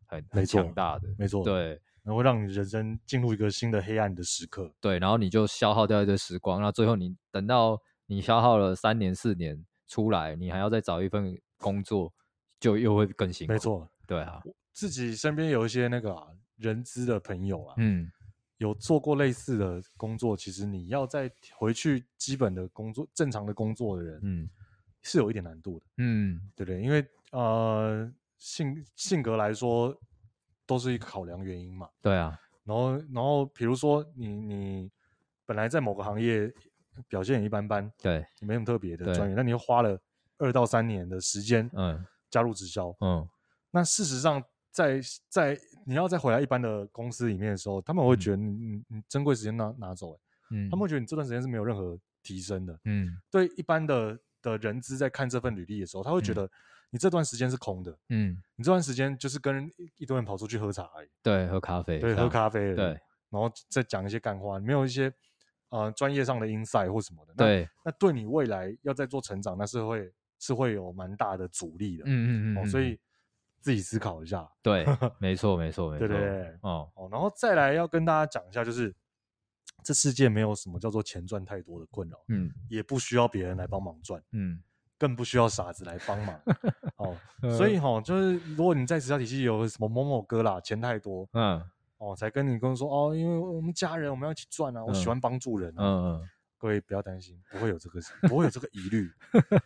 S2: 很
S3: 没
S2: 很
S3: 错
S2: 强大的，
S3: 没错，，
S2: 对
S3: 然后让你人生进入一个新的黑暗的时刻，
S2: 对。然后你就消耗掉一堆时光，那最后你等到你消耗了三年四年出来，你还要再找一份工作，就又会更辛苦。
S3: 没，错，
S2: 对啊，
S3: 自己身边有一些那个啊人资的朋友啊，
S2: 嗯，
S3: 有做过类似的工作，其实你要再回去基本的工作、正常的工作的人，
S2: 嗯
S3: 是有一点难度的，
S2: 嗯，
S3: 对不对？因为呃性性格来说都是一个考量原因嘛。
S2: 对啊，
S3: 然后，然后比如说你你本来在某个行业表现也一般般，
S2: 对，
S3: 也没什么特别的
S2: 对
S3: 专业，那你又花了二到三年的时间，
S2: 嗯
S3: 加入直销，
S2: 嗯，
S3: 那事实上在，在你要再回来一般的公司里面的时候，他们会
S2: 嗯
S3: 觉得你你你珍贵时间拿拿走、欸，
S2: 嗯，
S3: 他们会觉得你这段时间是没有任何提升的。
S2: 嗯
S3: 对一般的的人资在看这份履历的时候，他会觉
S2: 嗯
S3: 得你这段时间是空的，
S2: 嗯，
S3: 你这段时间就是跟一一堆人跑出去喝茶而已，
S2: 对，喝咖啡，
S3: 对，
S2: 这
S3: 喝
S2: 样，
S3: 咖啡而已，
S2: 对啊
S3: 然后再讲一些干话，没有一些呃专业上的 insight 或什么的。那，
S2: 对，
S3: 那对你未来要再做成长，那是会是会有蛮大的阻力的。
S2: 嗯嗯嗯
S3: 哦，
S2: 嗯，
S3: 所
S2: 嗯
S3: 以自己思考一下。
S2: 对，没错，没错，没错。
S3: 对对对
S2: 哦，
S3: 哦，然后再来要跟大家讲一下，就是这世界没有什么叫做钱赚太多的困扰，
S2: 嗯
S3: 也不需要别人来帮忙赚，
S2: 嗯，
S3: 更不需要傻子来帮 忙。哦，所以哈、哦，就是如果你在直销体系有什么某某哥啦，钱太多
S2: 嗯
S3: 哦，才跟你跟我说哦，因为我们家人我们要一起赚啊，我喜
S2: 嗯
S3: 欢帮助人
S2: 嗯
S3: 啊。
S2: 嗯，
S3: 各位不要担心，不会有这个，不会有这个疑 虑。对不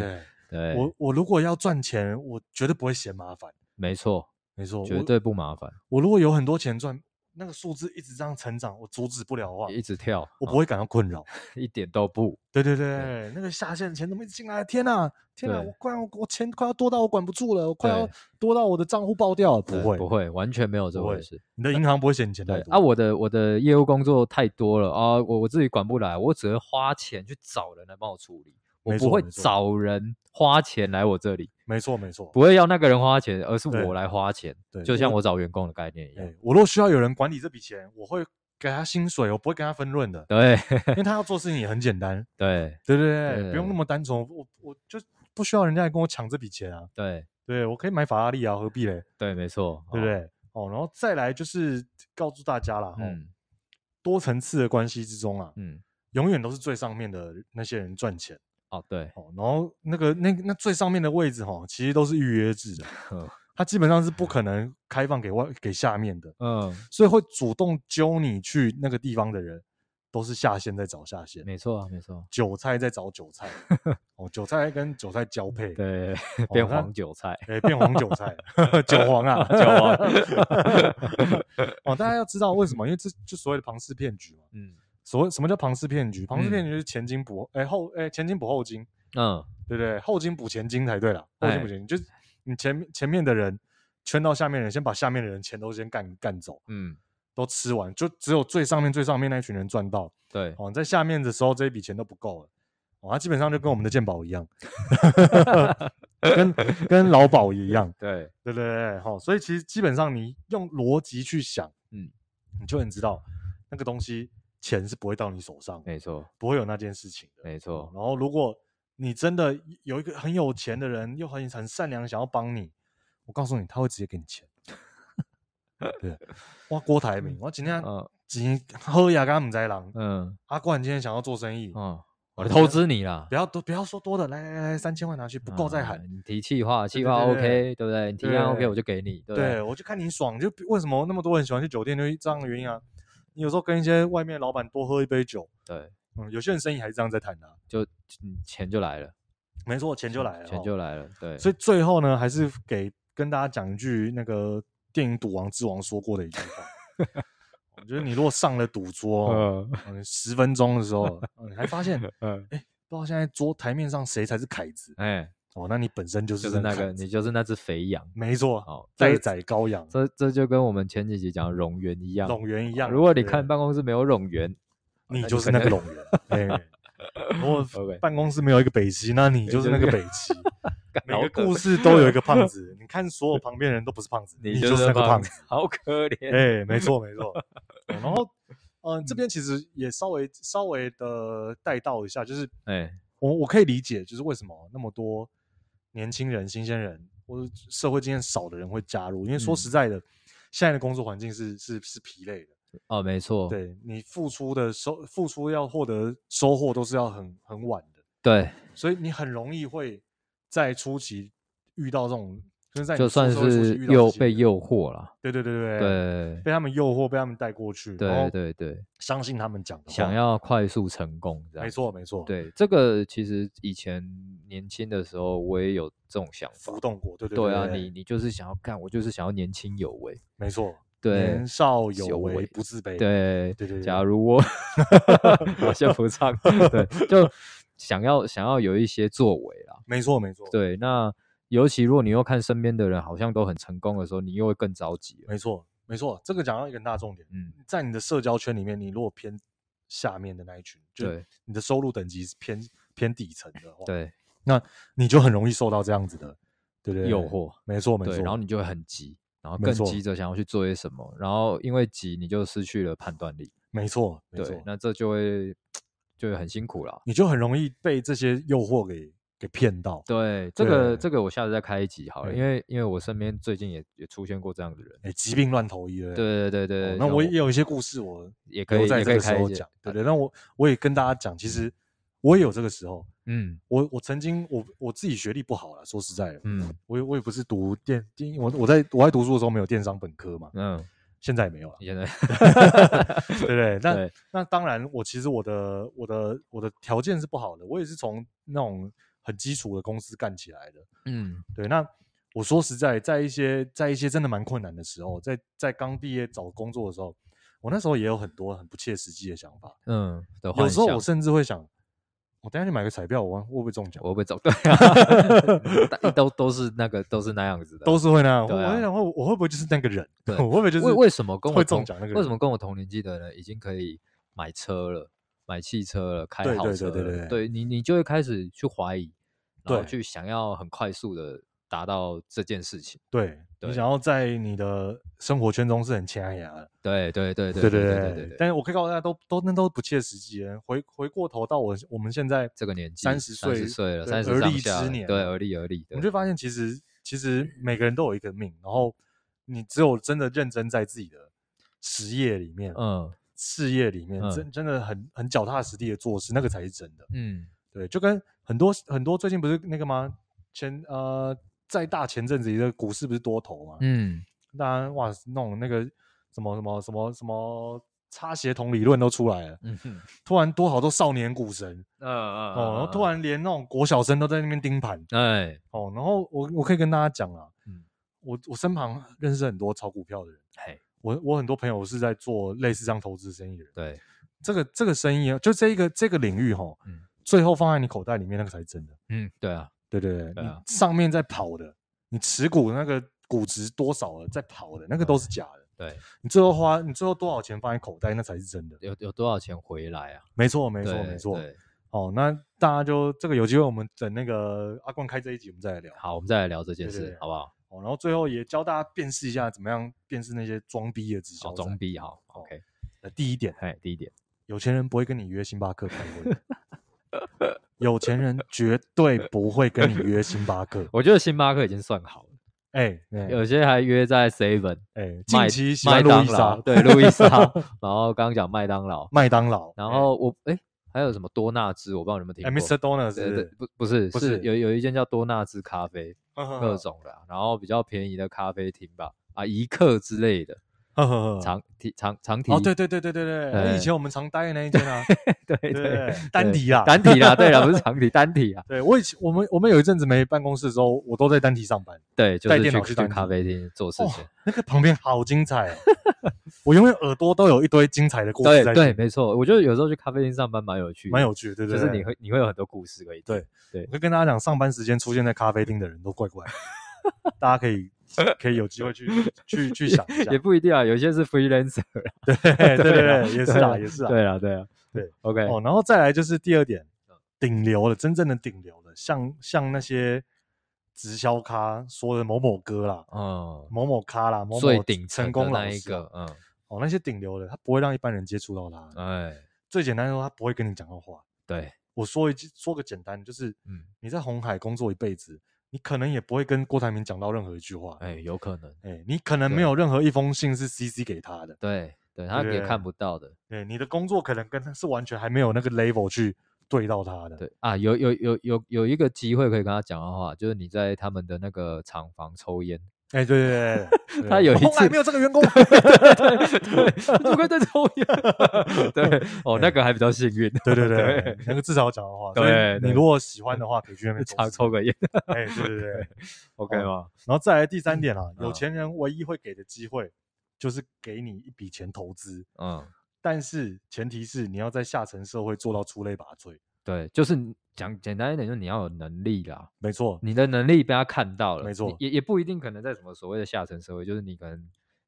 S3: 对，
S2: 对，
S3: 我我如果要赚钱，我绝对不会嫌麻烦。
S2: 没错，
S3: 没错，
S2: 绝
S3: 我
S2: 对不麻烦，
S3: 我如果有很多钱赚，那个数字一直这样成长，我阻止不了的话，
S2: 一直跳，
S3: 我不
S2: 哦
S3: 会感到困扰。
S2: 一点都不。
S3: 对对对，那个下线钱怎么一直进来？天哪、天哪、
S2: 对
S3: 我快要我钱快要多到我管不住了，我快要
S2: 对
S3: 多到我的账户爆掉了。不
S2: 对
S3: 会，
S2: 不，会，完全没有这
S3: 不
S2: 回
S3: 会
S2: 事。
S3: 你的银行不会嫌你钱太
S2: 对
S3: 多
S2: 啊，我的我的业务工作太多了啊，我我自己管不来，我只会花钱去找人来帮我处理，我
S3: 没
S2: 不
S3: 错
S2: 会
S3: 没错
S2: 找人花钱来我这里，
S3: 没错没错
S2: 不。会要那个人花钱，而是
S3: 对
S2: 我来花钱，
S3: 对
S2: 就像
S3: 我
S2: 我找员工的概念一样
S3: 哎。，我若需要有人管理这笔钱，我会给他薪水，我不会跟他分润的，
S2: 对
S3: 因为他要做事情也很简单，
S2: 对
S3: 对不对？
S2: 对
S3: 不用那么单纯，我我就不需要人家来跟我抢这笔钱啊。
S2: 对
S3: 对，我可以买法拉利啊，何必嘞？
S2: 对，没错，
S3: 对
S2: 哦
S3: 不？对？哦，然后再来就是告诉大家啦，哦，
S2: 嗯
S3: 多层次的关系之中啊，
S2: 嗯，
S3: 永远都是最上面的那些人赚钱
S2: 哦对，
S3: 哦，然后那个那那最上面的位置哈、哦，其实都是预约制的
S2: 嗯，
S3: 它基本上是不可能开放给外给下面的，
S2: 嗯，
S3: 所以会主动揪你去那个地方的人，都是下线在找下线，
S2: 没错啊，没错。
S3: 韭菜在找韭 菜，哦，韭菜跟韭菜交配， 哦
S2: 对，变
S3: 那
S2: 黄韭菜。
S3: 哎，变黄韭 菜，韭黄啊，
S2: 韭黄
S3: 哦，大家要知道为什么，因为这就所谓的庞氏骗局嘛。
S2: 嗯
S3: 所谓什么叫庞氏骗局？庞氏
S2: 嗯
S3: 骗局就是前金补哎、后哎、前金补后金，
S2: 嗯，
S3: 对不对？后金补前金才对啦，后
S2: 哎
S3: 金补前金，就是你前面前面的人圈到下面的人，先把下面的人钱都先干干走，
S2: 嗯，
S3: 都吃完，就只有最上面最上面那一群人赚到。
S2: 对，
S3: 哦，在下面的时候这一笔钱都不够了。哦，它基本上就跟我们的鉴宝一样， 跟跟劳保一样，
S2: 对，
S3: 对对对，好、所以其实基本上你用逻辑去想，嗯
S2: 嗯，
S3: 你就能知道那个东西钱是不会到你手上，
S2: 没错，
S3: 不会有那件事情的。
S2: 没
S3: 哦
S2: 错，
S3: 然后如果你真的有一个很有钱的人，又很很善良，想要帮你，我告诉你，他会直接给你钱，对，哇，郭台铭，我今天
S2: 呃
S3: 钱喝牙刚唔知人，
S2: 嗯
S3: 阿冠今天想要做生意，
S2: 哦，我投资你啦
S3: 不，要多不要说多的，来来来，三千万拿去，不够再
S2: 啊
S3: 喊。
S2: 你提气话，
S3: 对
S2: 气话
S3: 对对
S2: OK，对不对？你提案 OK，
S3: 对
S2: 我就给你，对不
S3: 对，？我就看你爽，就为什么那么多人喜欢去酒店，就是这样的原因啊。你有时候跟一些外面的老板多喝一杯酒，
S2: 对，
S3: 嗯，有些人生意还是这样在谈的啊、
S2: 就嗯钱就来了，
S3: 没错，钱就来了、哦
S2: 钱就。来了，对，
S3: 所以最后呢，还是给跟大家讲一句那个电影《赌王之王》说过的一句话，我觉得你如果上了赌桌，
S2: 嗯
S3: 嗯，十分钟的时 候， 嗯你还发现
S2: 嗯，
S3: 不知道现在桌台面上谁才是凯子
S2: 哎，
S3: 哦，那你本身就是
S2: 就是那
S3: 凯
S2: 个，
S3: 子
S2: 你就是那只肥羊，
S3: 没错，
S2: 好，
S3: 待
S2: 这
S3: 宰羔羊，
S2: 这这就跟我们前几集讲的冗员一样，啊
S3: 冗员一样。
S2: 如果你
S3: 对
S2: 看办公室没有冗员，
S3: 你
S2: 那
S3: 就
S2: 你
S3: 是
S2: 可
S3: 那个
S2: 能
S3: 龙人。哎， 如果
S2: OK
S3: 办公室没有一个北齐，那你就是那个北 齐。
S2: 干
S3: 每
S2: 好
S3: 个
S2: 可
S3: 故事都有一个胖 子，你看所有旁边人都不是胖子，你
S2: 就是
S3: 那个胖
S2: 胖
S3: 子。，
S2: 好可 怜。
S3: 哎，没错没 错。然后，嗯，这边其实也稍微稍微的带到一下，就是
S2: 哎，
S3: 我我可以理解，就是为什么那么多年轻人、新鲜人或者社会经验少的人会加入，因为说
S2: 嗯
S3: 实在的，现在的工作环境是是是疲累的。
S2: 哦，没错，
S3: 对你付出的收付出要获得收获都是要很很晚的，
S2: 对，
S3: 所以你很容易会在初期遇到这种，就是在你
S2: 就
S3: 出
S2: 算
S3: 社会初期
S2: 是
S3: 遇到
S2: 诱
S3: 这些
S2: 被
S3: 人，
S2: 诱惑了，
S3: 对对对对
S2: 对
S3: 被他们诱惑，被他们带过去，然
S2: 对
S3: 后
S2: 对对，
S3: 相信他们讲的话，
S2: 想要快速成功，这样
S3: 没。错没错，，
S2: 对，这个其实以前年轻的时候我也有这种想法
S3: 浮。动过，对对
S2: 对啊，
S3: 对
S2: 你你就是想要干，我就是想要年轻有为。
S3: 没错，
S2: 对
S3: 年少有
S2: 有
S3: 为
S2: 为
S3: 不自卑，
S2: 对
S3: 对对
S2: 假
S3: 对
S2: 如 我 我先不唱，对，就想要想要有一些作为啦。
S3: 没错没错，
S2: 对，那尤其如果你又看身边的人好像都很成功的时候，你又会更着急了。
S3: 没错没错，这个讲到一个很大重点，
S2: 嗯，
S3: 在你的社交圈里面，你如果偏下面的那一群，就
S2: 对
S3: 你的收入等级是偏偏底层的话，，
S2: 对，
S3: 那你就很容易受到这样子的，对不对？
S2: 诱，惑，
S3: 没错没错。
S2: 对，然后你就会很急，然后
S3: 没
S2: 更
S3: 错
S2: 急着想要去做些什么，然后因为急你就失去了判断力，
S3: 没错没
S2: 对
S3: 错，，
S2: 那这就会就会很辛苦啦。
S3: 你就很容易被这些诱惑给给骗到。
S2: 对，这个
S3: 对
S2: 这个我下次再开一集好了，
S3: 嗯
S2: 因为因为我身边最近也也出现过这样的人。
S3: 哎，疾病乱投医了。
S2: 对对对
S3: 哦
S2: 对，
S3: 那
S2: 像
S3: 我也有一些故事，我
S2: 也可
S3: 留
S2: 以
S3: 在
S2: 也
S3: 这
S2: 可以
S3: 个时
S2: 开
S3: 候
S2: 一集啊呃
S3: 讲。对对，那我我也跟大家讲，其实我也有这个时候。
S2: 嗯
S3: 我我曾经我我自己学历不好了，说实在的，
S2: 嗯
S3: 我也我也不是读电电，我我在我在读书的时候没有电商本科嘛，
S2: 嗯，
S3: 现在也 没有了。
S2: 你 现在
S3: 对不对？那
S2: 对
S3: 那当然，我其实我的我的我的条件是不好的，我也是从那种很基础的公司干起来的。
S2: 嗯
S3: 对，那我说实在，在一些在一些真的蛮困难的时候，在在刚毕业找工作的时候，我那时候也有很多很不切实际的想法。
S2: 嗯的
S3: 有
S2: 幻
S3: 时候
S2: 想
S3: 我，甚至会想，我等一下去买个彩票，我会不会中奖？
S2: 我会不会走？ 对啊，但都都是那个都是那样子的，
S3: 都是会那样。
S2: 对啊
S3: 我在想，我我会不会就是那个人？ 我
S2: 对
S3: 会不会就是
S2: 为为什么跟我
S3: 会中
S2: 同
S3: 奖那个人？
S2: 为什么跟我同年纪的人已经可以买车了、买汽车了、开
S3: 对
S2: 豪
S3: 对对
S2: 车了？
S3: 对对对
S2: 你你就会开始去怀疑，然后
S3: 对
S2: 去想要很快速的达到这件事情。
S3: 对你
S2: 对
S3: 想要在你的生活圈中是很掐牙的？
S2: 对对对
S3: 对
S2: 对
S3: 对
S2: 对
S3: 但是我可以告诉大家，都都那都不切实际的。回回过头到我我们现在
S2: 这个年纪
S3: 30岁
S2: 30岁了，
S3: 对
S2: 三
S3: 而
S2: 十
S3: 立
S2: 上下
S3: 之
S2: 了
S3: 年
S2: 对，
S3: 嘛
S2: 而立而立
S3: 我
S2: 的，
S3: 们就发现其实其实每个人都有一个命，然后你只有真的认真在自己的实业里面、
S2: 嗯
S3: 事业里面，
S2: 嗯
S3: 真真的很很脚踏实地的做事，那个才是真的。
S2: 嗯
S3: 对，就跟很多很多最近不是那个吗？前呃，在大前阵子，一个股市不是多头吗？
S2: 嗯，
S3: 当然，哇，弄那个什么什么什么什么差协同理论都出来了，
S2: 嗯哼
S3: 突然多好多少年股神
S2: 嗯嗯
S3: 哦，然后突然连那种国小生都在那边盯盘
S2: 哎
S3: 哦，然后我我可以跟大家讲啊，
S2: 嗯
S3: 我我身旁认识很多炒股票的人，
S2: 嘿
S3: 我我很多朋友是在做类似这样投资生意的人，
S2: 对
S3: 这个这个生意啊就这一个这个领域哈，
S2: 嗯
S3: 最后放在你口袋里面那个才是真的，
S2: 嗯对啊
S3: 对对对，
S2: 对啊
S3: 你上面在跑的，你持股那个股值多少了，在跑的那个都
S2: 嗯
S3: 是假的。
S2: 对，
S3: 你最后花你最后多少钱放在口袋，那才是真的。
S2: 有有多少钱回来啊？
S3: 没错，没
S2: 没
S3: 错，没错。
S2: 对，
S3: 哦，那大家就这个有机会，我们等那个阿冠开这一集，我们再来聊。
S2: 好，我们再来聊这件
S3: 对对
S2: 事
S3: 对，
S2: 好不好？
S3: 哦，然后最后也教大家辨识一下，怎么样辨识那些装逼的直销
S2: 小
S3: 仔。
S2: 哦装逼好，OK，
S3: 呃，第一点，
S2: 哎，第一点，
S3: 有钱人不会跟你约星巴克开会， 有钱人绝对不会跟你约星巴克。
S2: 我觉得星巴克已经算好了。
S3: 哎哎
S2: 有些还约在 Seven
S3: 哎，近
S2: 麦
S3: 期喜
S2: 麦
S3: 欢路
S2: 当
S3: 易莎
S2: 劳，，对路 易莎，然后刚刚讲麦当劳，
S3: 麦当劳，
S2: 然后我哎、还有什么多纳兹，我不知道你们听
S3: 哎
S2: 过。
S3: ，Mr. Donuts
S2: 对
S3: 是
S2: 对不不是
S3: 不
S2: 是
S3: 是嗯
S2: 有有一间叫多纳兹咖啡，各
S3: 各，
S2: 种的啊、然后比较便宜的咖啡厅吧，啊一克之类的，
S3: 呵呵呵
S2: 长提长长提
S3: 嗯 哦，对对对对对对，
S2: 哎
S3: 以前我们常待的那一间啊，
S2: 对
S3: 对对
S2: 对，
S3: 对单啊体啦，
S2: 单体啦，对啦，不是长体，单体啊，
S3: 对我以前我们我们有一阵子没办公室的时候，我都在单体上班，
S2: 对，就
S3: 带
S2: 是
S3: 电
S2: 去
S3: 脑去
S2: 去
S3: 单体
S2: 咖啡厅做事
S3: 哇
S2: 情，
S3: 那个旁边好精 彩哦，我永远耳朵都有一堆精彩的故事
S2: 对
S3: 在
S2: 对，
S3: 听，
S2: 没错，我觉得有时候去咖啡厅上班蛮有趣的，
S3: 蛮有趣的，对
S2: 就
S3: 对，
S2: 是
S3: 对
S2: 你会你会有很多故事可以听
S3: 对我可以跟大家讲，上班时间出现在咖啡厅的人都怪 怪的，大家可以可以有机会去去去想一下
S2: 也。不一定啊，有些 是 freelancer，啦
S3: 对 对对
S2: 对啊
S3: 对，也是
S2: 对
S3: 啦，
S2: 啊
S3: 也是啦。
S2: 对啊，对啊，
S3: 对
S2: ，OK，
S3: 哦，然后再来就是第二点，顶流的，真正的顶流的，像像那些直销咖说的某某哥啦、
S2: 嗯，
S3: 某某咖啦、某某
S2: 最顶层
S3: 成
S2: 的
S3: 功老
S2: 那一
S3: 师啊
S2: 个，，嗯，
S3: 哦，那些顶流的，他不会让一般人接触到他。
S2: 哎，
S3: 最简单的说，他不会跟你讲到话。
S2: 对，
S3: 我说一句，说个简单，就是
S2: 嗯，
S3: 你在红海工作一辈子，你可能也不会跟郭台铭讲到任何一句话。
S2: 哎，有可能，
S3: 哎、你可能没
S2: 对
S3: 有任何一封信是 CC 给他的，
S2: 对对，他
S3: 对
S2: 也
S3: 对
S2: 看不到的，
S3: 哎、你的工作可能跟他是完全还没有那个 level 去对到他的，
S2: 对啊，有有有有有一个机会可以跟他讲的话，就是你在他们的那个厂房 抽烟，
S3: 哎、对对对对，
S2: 他有一
S3: 从来
S2: 次
S3: 没有这个员工，
S2: 对对，怎么会在抽烟？对，哦，那个还比较幸运，
S3: 哎对对对，
S2: 对，
S3: 那个至少讲的话，所
S2: 对
S3: 以
S2: 对
S3: 你如果喜欢的话，可以去 那边
S2: 常
S3: 抽
S2: 抽 个烟
S3: 试，哎、对对对，对
S2: ，OK 吗？
S3: 然后再来第三点啊，有
S2: 嗯
S3: 钱人唯一会给的机会就是给你一笔钱投资，
S2: 嗯，
S3: 但是前提是你要在下层社会做到出类拔萃，
S2: 对，就是你讲简单一点，就是你要有能力啦，
S3: 没错，
S2: 你的能力被他看到了，
S3: 没
S2: 你
S3: 错
S2: 也也不一定可能在什么所谓的下层社会，就是你可能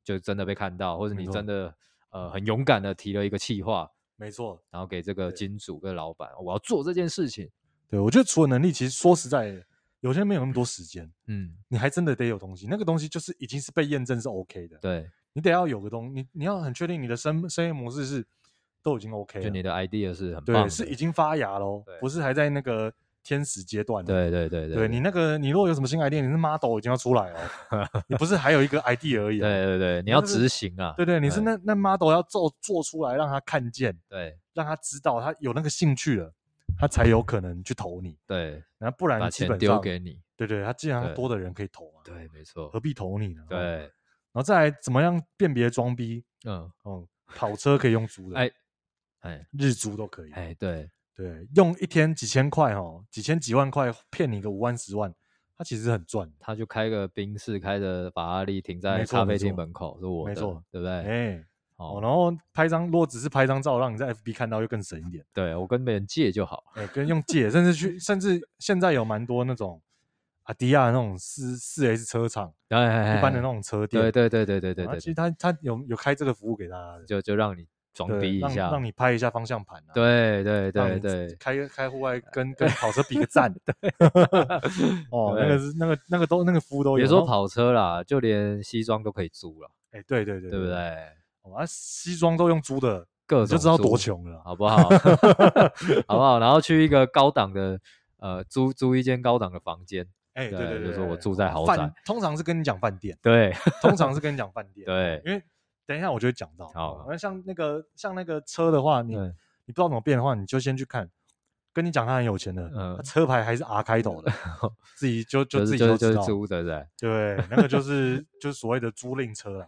S2: 就真的被看到，或者
S3: 没
S2: 你
S3: 错
S2: 真的呃很勇敢的提了一个企划，
S3: 没错，
S2: 然后给这个
S3: 对
S2: 金主跟老板，我要做这件事情，
S3: 对我觉得除了能力，其实说实在的，有些人没有那么多时间。
S2: 嗯，
S3: 你还真的得有东西，那个东西就是已经是被验证是 OK 的，
S2: 对，
S3: 你得要有个东，你你要很确定你的生生意模式是都已经 OK
S2: 就
S3: 了，
S2: 你的 idea 是很棒
S3: 啊对
S2: 的，
S3: 是已经发芽喽
S2: 对，
S3: 不是还在那个天使阶段。
S2: 对对对
S3: 对你那个你如果有什么新 idea，你是 model 已经要出 来了，你不是还有一个 idea 而已、
S2: 对对对，你
S3: 那
S2: 要
S3: 就是
S2: 执行啊，
S3: 对对，你是
S2: 哎
S3: 那那 model 要做做出来，让他看见，
S2: 对
S3: 让他知道他有那个兴趣了，他才有可能去投你，
S2: 对，
S3: 然后不然
S2: 把
S3: 基
S2: 钱
S3: 本
S2: 丢
S3: 上，
S2: 给你，
S3: 对对，他既然他
S2: 对
S3: 多的人可以投啊，
S2: 对，没错
S3: 何，必投你呢？哦
S2: 对，
S3: 然后再来怎么样辨别装逼？
S2: 嗯，
S3: 哦，跑车可以用租的，
S2: 哎哎
S3: 日租都可以。
S2: 哎，对
S3: 对，用一天几千块哦，几千几万块骗你个五万十万，他其实很赚的。
S2: 他就开个宾士，开着法拉利停在
S3: 没错
S2: 咖
S3: 没
S2: 啡厅
S3: 错
S2: 门口，是我
S3: 没
S2: 的
S3: 错，
S2: 对不对？
S3: 哎，哦，
S2: 哦
S3: 然后拍张，如果只是拍张照，让你在 FB 看到，又更省一 点。
S2: 对我跟别人借就好。
S3: 哎，跟用借，甚至去，甚至现在有蛮多那种阿迪亚那种四四 S 车厂，
S2: 哎哎，
S3: 一般的那
S2: 弄。
S3: 种车店，
S2: 对对对对对对
S3: 啊
S2: 对
S3: 其实
S2: 对，
S3: 他他有有开这个服务给大家的，
S2: 就就让你装
S3: 对
S2: 逼一
S3: 让
S2: 下，
S3: 让你拍一下方向盘啊，
S2: 对对
S3: 让
S2: 对
S3: 你
S2: 对
S3: 开开户外跟跟跑车比个赞， 哦，那
S2: 对
S3: 个是那个那个都那个服务都有，
S2: 别说
S3: 然后，
S2: 跑车啦，就连西装都可以租了，
S3: 哎、对对对，
S2: 对不？对？
S3: 哦、啊，西装都用租的，
S2: 各
S3: 你就
S2: 种
S3: 知道多
S2: 租，
S3: 穷了啊。
S2: 好不 好？好不好？然后去一个高档的，呃，租租一间高档的房间，
S3: 哎、对对对，
S2: 就说
S3: 对
S2: 我
S3: 对
S2: 住在豪宅
S3: 饭，，通常是跟你讲饭店，
S2: 对
S3: 通常是跟你讲饭店，
S2: 对
S3: 因为等一下我就会讲到。
S2: 好啊
S3: 哦那像那个像那个车的话， 你
S2: 对
S3: 你不知道怎么变的话，你就先去看。跟你讲他很有钱的，
S2: 嗯
S3: 他车牌还是 R 开 头的，自己就就
S2: 就
S3: 自己
S2: 是就是
S3: 就
S2: 就
S3: 知
S2: 是
S3: 道。
S2: 租的，对
S3: 对，那个就是 就是所谓的租赁车 啦。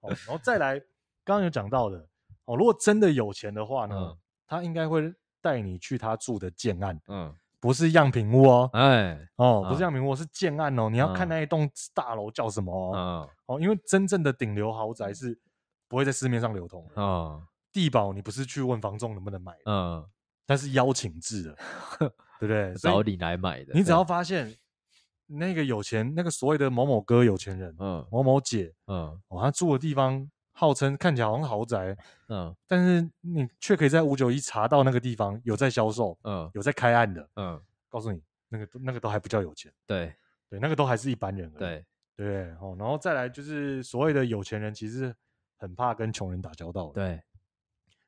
S3: 哦，然后再来，刚刚有讲到的哦，如果真的有钱的话呢，
S2: 嗯
S3: 他应该会带你去他住的建案，
S2: 嗯，
S3: 不是样品屋哦，
S2: 哎，
S3: 哦，不是
S2: 啊
S3: 样品屋，是建案哦。你要看
S2: 嗯
S3: 那一栋大楼叫什么哦，
S2: 嗯
S3: 哦，因为真正的顶流豪宅是不会在市面上流通的，
S2: 嗯
S3: 地保你不是去问房仲能不能买的，
S2: 嗯，
S3: 它是邀请制的，对不对？所以
S2: 找你来买的，
S3: 你只
S2: 对
S3: 要发现那个有钱，那个所谓的某某哥有钱人，
S2: 嗯
S3: 某某姐。
S2: 嗯
S3: 哦，他住的地方号称看起来好像豪宅，
S2: 嗯
S3: 但是你却可以在五九一查到那个地方有在销售，
S2: 嗯
S3: 有在开案的。
S2: 嗯，
S3: 告诉你，那个都那个都还不叫有钱，
S2: 对
S3: 对，那个都还是一般人而已。
S2: 对，
S3: 对哦，然后再来就是所谓的有钱人，其实很怕跟穷人打交道的。，
S2: 对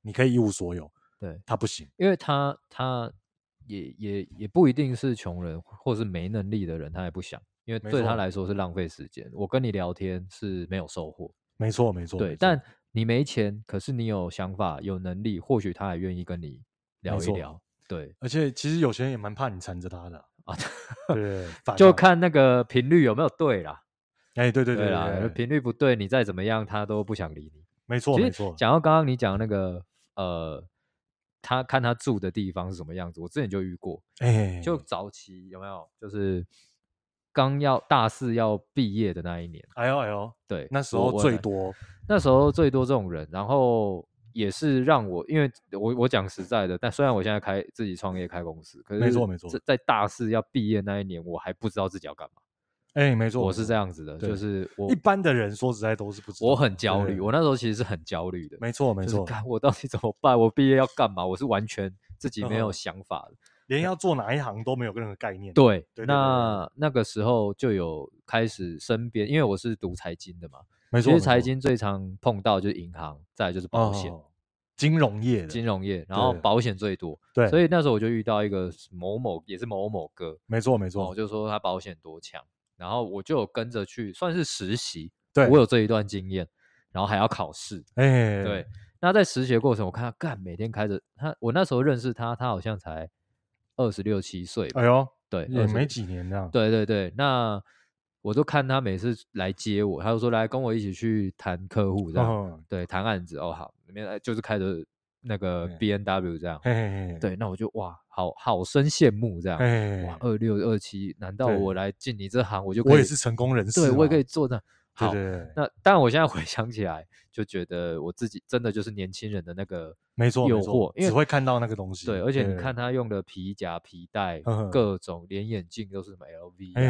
S3: 你可以一无所有，
S2: 对，
S3: 他不行。
S2: 因为他他也也也不一定是穷人或是没能力的人，他也不想，因为
S3: 没
S2: 对他
S3: 错
S2: 来说是浪费时间。我跟你聊天是没有收获，
S3: 没错没错，没
S2: 对，
S3: 错
S2: 但你没钱，可是你有想法、有能力，或许他还愿意跟你聊一
S3: 错
S2: 聊。对
S3: 而且其实有些人也蛮怕你缠着他的啊，
S2: 啊，
S3: 对，烦
S2: 就
S3: 啊，
S2: 看那个频率有没有对啦。
S3: 哎，对对
S2: 啦，
S3: 对，
S2: 频率不对，你再怎么样，他都不想理你。
S3: 没错
S2: 其
S3: 没
S2: 实
S3: 错，
S2: 讲到刚刚你讲那个呃，他看他住的地方是什么样子，我之前就遇过，
S3: 哎，
S2: 就早期有没有就是刚要大四要毕业的那一年，
S3: 哎呦哎呦，
S2: 对，
S3: 那时
S2: 我
S3: 候
S2: 我
S3: 最
S2: 来
S3: 多，
S2: 那时候最多这种人，然后也是让我，因为我我讲实在的，但虽然我现在开自己创业开公司，可是
S3: 没错没错
S2: 这在大四要毕业那一年，我还不知道自己要干嘛，
S3: 哎，没错，
S2: 我
S3: 没
S2: 是
S3: 错
S2: 这，样子的，
S3: 对
S2: 就是我
S3: 一般的人说实在都是不知道，
S2: 我很焦
S3: 对
S2: 虑，我那时候其实是很焦虑的，
S3: 没错没
S2: 就是
S3: 错，
S2: 看我到底怎么办，我毕业要干嘛，我是完全自己没有
S3: 嗯
S2: 想法的。
S3: 连要做哪一行都没有任何概念，
S2: 对，
S3: 对对对
S2: 那那个时候就有开始身边，因为我是读财经的嘛，
S3: 没
S2: 其
S3: 错，没错
S2: 实财经最常碰到就是银行，再来就是保险、
S3: 哦金融业的，
S2: 金融业，然后
S3: 对
S2: 保险最多。
S3: 对，
S2: 所
S3: 以
S2: 以那时候我就遇到一个某某，也是某某哥，
S3: 没错没
S2: 然后我
S3: 错，
S2: 哦就说他保险多强，然后我就有跟着去，算是实习，
S3: 对，
S2: 我有这一段经验，然后还要考试，
S3: 哎，
S2: 对，，那在实习的过程，我看他干每天开着他，我那时候认识他，他好像才二十六七岁吧，
S3: 哎呦，
S2: 对，
S3: 也
S2: 20
S3: 没几年这样，
S2: 对对对，那我都看他每次来接我，他就说来跟我一起去谈客户这样，
S3: 嗯，
S2: 对，啊谈案子哦好，里面呃就是开着那个
S3: 对
S2: B N W 这样，
S3: 嘿嘿嘿，
S2: 对，那我就哇，好好生羡慕这样，
S3: 哎，
S2: 哇，二六二七，难道
S3: 对
S2: 我来进你这行我就可以？
S3: 我也是成功人士嘛，
S2: 对，我也可以做这样。
S3: 对，
S2: 好，
S3: 对对，
S2: 那但我现在回想起来，就觉得我自己真的就是年轻人的那个
S3: 没错，没
S2: 诱
S3: 错
S2: 惑，因为
S3: 只会看到那个东西，
S2: 对，而且你看，他用的皮夹、皮带
S3: 呵呵，
S2: 各种连眼镜都是什么
S3: 哎嗯哎
S2: LV 啊，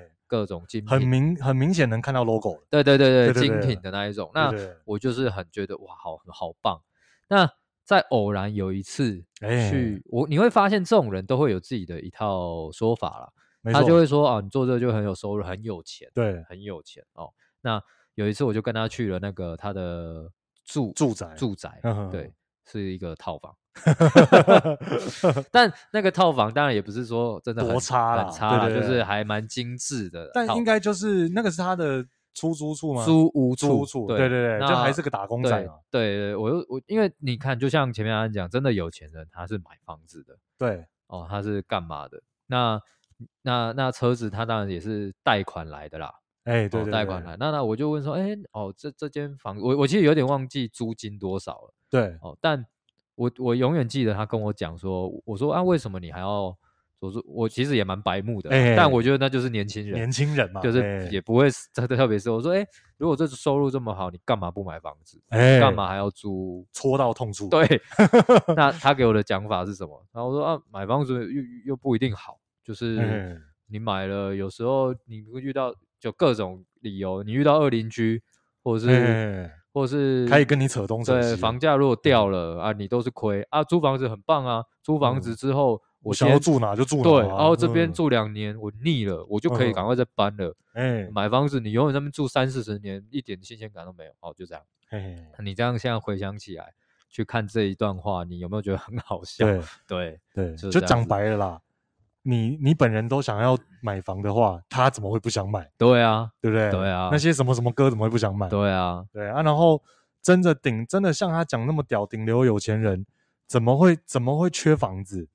S3: 哎，
S2: 各种精
S3: 很
S2: 品，
S3: 明很明显能看到 logo 了，
S2: 对对对
S3: 对对
S2: 精
S3: 对
S2: 品的那一种。那
S3: 对对
S2: 我就是很觉得哇，好好棒。那在偶然有一次
S3: 哎
S2: 去我，你会发现这种人都会有自己的一套说法啦。
S3: 没
S2: 他
S3: 错，
S2: 就会说啊，你做这个就很有收入，很有钱，
S3: 对
S2: 很有钱哦。那有一次我就跟他去了那个他的住
S3: 住宅
S2: 住宅，
S3: 嗯哼
S2: 对，是一个套房。 但那个套房当然也不是说真的
S3: 多
S2: 很
S3: 差啦
S2: 很差啦
S3: 对对
S2: 就
S3: 对
S2: 是还蛮精致的套，
S3: 但应该就是那个是他的出租处吗？
S2: 租屋
S3: 租处，
S2: 对
S3: 对对对，就还
S2: 那
S3: 是个打工
S2: 对
S3: 仔嘛，
S2: 对对，我又我因为你看，就像前面安讲，真的有钱人他是买房子的，
S3: 对，
S2: 哦，他是干嘛的？那那那车子他当然也是贷款来的啦，
S3: 哎，对
S2: 哦
S3: 对，
S2: 贷
S3: 对
S2: 款来。那那我就问说，哎、哦，这这间房，我我其实有点忘记租金多少了
S3: 对，
S2: 哦，但我我永远记得他跟我讲说，我说啊，为什么你还要？我说我其实也蛮白目的啦，
S3: 哎
S2: 但我觉得那就是年轻人，
S3: 年轻人嘛，
S2: 就是
S3: 哎
S2: 也不会是特特别是我说，哎、如果这收入这么好，你干嘛不买房子？
S3: 哎
S2: 干嘛还要租？
S3: 戳到痛处，
S2: 对，那他给我的讲法是什么？然后我说啊，买房子又又不一定好，就是。
S3: 哎，
S2: 你买了，有时候你会遇到就各种理由，你遇到恶邻居，或者是、
S3: 哎
S2: 或者是
S3: 可以跟你扯东扯
S2: 对
S3: 西，啊
S2: 房价如果掉
S3: 嗯
S2: 了、啊，你都是亏啊。租房子很棒啊，租房子之后、我
S3: 嗯我想
S2: 先
S3: 要住哪就住哪，
S2: 对，然后这边
S3: 嗯，
S2: 住两年，我腻了，我就可以
S3: 嗯
S2: 赶快再搬了。
S3: 哎
S2: 买房子你永远在那边住三四十年，一点新鲜感都没有。哦，就这样。
S3: 哎，
S2: 你这样现在回想起来，去看这一段话，你有没有觉得很好笑？
S3: 对
S2: 对
S3: 对，
S2: 就是
S3: 就
S2: 这样
S3: 讲
S2: 子
S3: 白了啦。你你本人都想要买房的话，他怎么会不想买？
S2: 对啊，
S3: 对不对？
S2: 对啊
S3: 那些什么什么歌怎么会不想买？
S2: 对啊，
S3: 对啊，然后真的顶真的像他讲那么屌，顶流有钱人怎么会怎么会缺房子？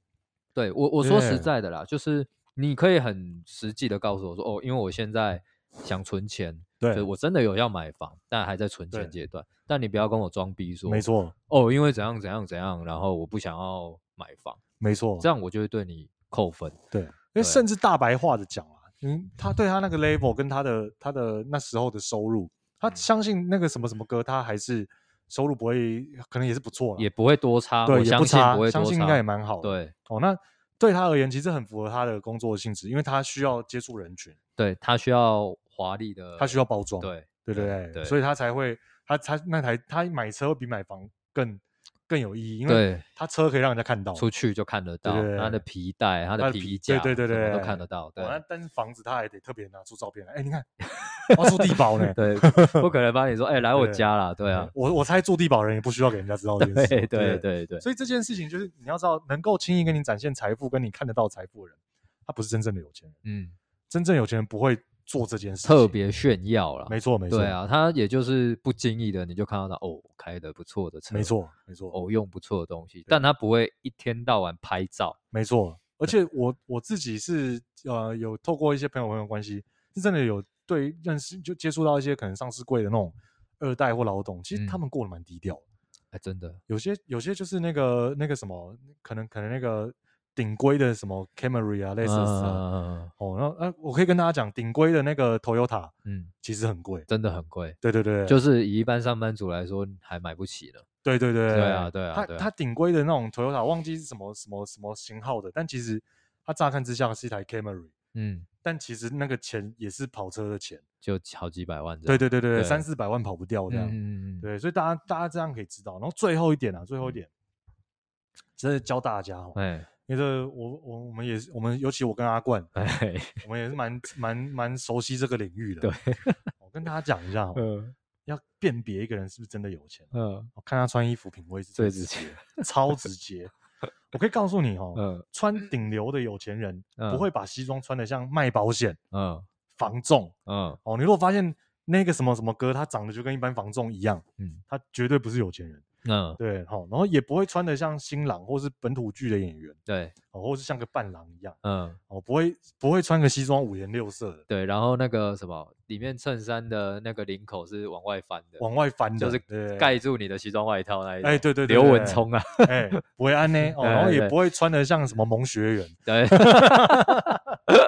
S2: 对我我说实
S3: 对
S2: 在的啦，就是你可以很实际的告诉我说，哦，因为我现在想存钱，
S3: 对
S2: 就，我真的有要买房，但还在存钱
S3: 对
S2: 阶段。但你不要跟我装逼说，
S3: 没，错，
S2: 哦，因为怎样怎样怎样，然后我不想要买房，
S3: 没错，
S2: 这样我就会对你扣分。
S3: 对，因为
S2: 对
S3: 甚至大白话的讲啊，嗯，他对他那个 level 跟他的他的那时候的收入，
S2: 嗯
S3: 他相信那个什么什么歌，他还是收入不会，可能也是不错啦，
S2: 也不会多差，
S3: 对，
S2: 我
S3: 也
S2: 相
S3: 不
S2: 信
S3: 差，
S2: 不会
S3: 相
S2: 多
S3: 信应该也蛮好的。
S2: 对
S3: 哦，那对他而言，其实很符合他的工作性质，因为他需要接触人群，
S2: 对，他需要华丽的，
S3: 他需要包装，
S2: 对
S3: 对不
S2: 对
S3: 对？
S2: 对
S3: 所以他才会，他他那台他买车会比买房更更有意义，因为
S2: 对
S3: 他车可以让人家看到哦
S2: 出去就看得到
S3: 对对
S2: 他的
S3: 对
S2: 皮带、
S3: 他
S2: 他的
S3: 的皮
S2: 皮
S3: 对
S2: 夹，
S3: 对对
S2: 什么
S3: 对
S2: 都看得到。对
S3: 哦，那但是房子他还得特别拿出照片来，哎，你 看，我住地堡呢。
S2: 对，不可能帮你说，哎，来我
S3: 对
S2: 家啦，对啊
S3: 哎，我我猜住地堡人也不需要给人家知道这 件事。
S2: 对对
S3: 不对
S2: 对对，
S3: 所以这件事情就是你要知道，能够轻易跟你展现财富、跟你看得到财富的人，他不是真正的有钱人。
S2: 嗯，
S3: 真正有钱人不会做这件事情，
S2: 特别炫耀了。
S3: 没错没错，
S2: 对，啊，他也就是不经意的你就看到他哦开的不错的车，
S3: 没，错没错，
S2: 哦用不错的东西，但他不会一天到晚拍照。
S3: 没错，而且我我自己是呃有透过一些朋友朋友关系，是真的有对认识就接触到一些可能上市柜的那种二代或老董，其实他
S2: 嗯
S3: 们过得蛮低调的。
S2: 哎，真的，
S3: 有些有些就是那个那个什么，可能可能那个顶规的什么 Camry 啊，类似的车
S2: 嗯
S3: 哦，然后呃，我可以跟大家讲，顶规的那个 Toyota
S2: 嗯，
S3: 其实很贵。
S2: 真的很贵，
S3: 对对对，
S2: 就是以一般上班族来说还买不起呢。
S3: 对对对
S2: 对啊对啊
S3: 它
S2: 对啊
S3: 它顶规的那种 Toyota，忘记是什么什么什么型号的，但其实它乍看之下是一台 Camry，
S2: 嗯，
S3: 但其实那个钱也是跑车的钱。
S2: 就好几百万这
S3: 对
S2: 样。
S3: 对对对对，
S2: 对
S3: 三四百万跑不掉这样。
S2: 嗯嗯嗯嗯，
S3: 对，所以大家大家这样可以知道。然后最后一点啊，最后一点，真的教大家哦，
S2: 哎
S3: 因为这我我我们也是我们，尤其我跟阿冠，
S2: 哎，
S3: 我们也是蛮蛮蛮熟悉这个领域的。
S2: 对，
S3: 我跟大家讲一下、哦，哦
S2: 嗯
S3: 要辨别一个人是不是真的有钱，
S2: 嗯
S3: 我看他穿衣服品味是
S2: 最
S3: 直
S2: 直接
S3: 接超直接。我可以告诉你哦，
S2: 嗯
S3: 穿顶流的有钱人、不
S2: 嗯
S3: 会把西装穿的像卖保险、
S2: 嗯
S3: 防重
S2: 嗯
S3: 哦。你如果发现那个什么什么哥，他长得就跟一般防重一样，
S2: 嗯
S3: 他绝对不是有钱人。
S2: 嗯，
S3: 对，好、然后也不会穿的像新郎或是本土剧的演员，
S2: 对，
S3: 哦，或是像个伴郎一样，
S2: 嗯。
S3: 哦，不会不会穿个西装五颜六色的，
S2: 对，然后那个什么，里面衬衫的那个领口是往外翻的，
S3: 往外翻的，
S2: 就是
S3: 对
S2: 盖，住你的西装外套那一种。
S3: 哎对对对
S2: 刘
S3: 对
S2: 文
S3: 对
S2: 聪啊，
S3: 哎，不会 安呢，哦，
S2: 对
S3: 然后
S2: 哎对
S3: 也
S2: 对
S3: 不会穿的像什么萌学园，
S2: 对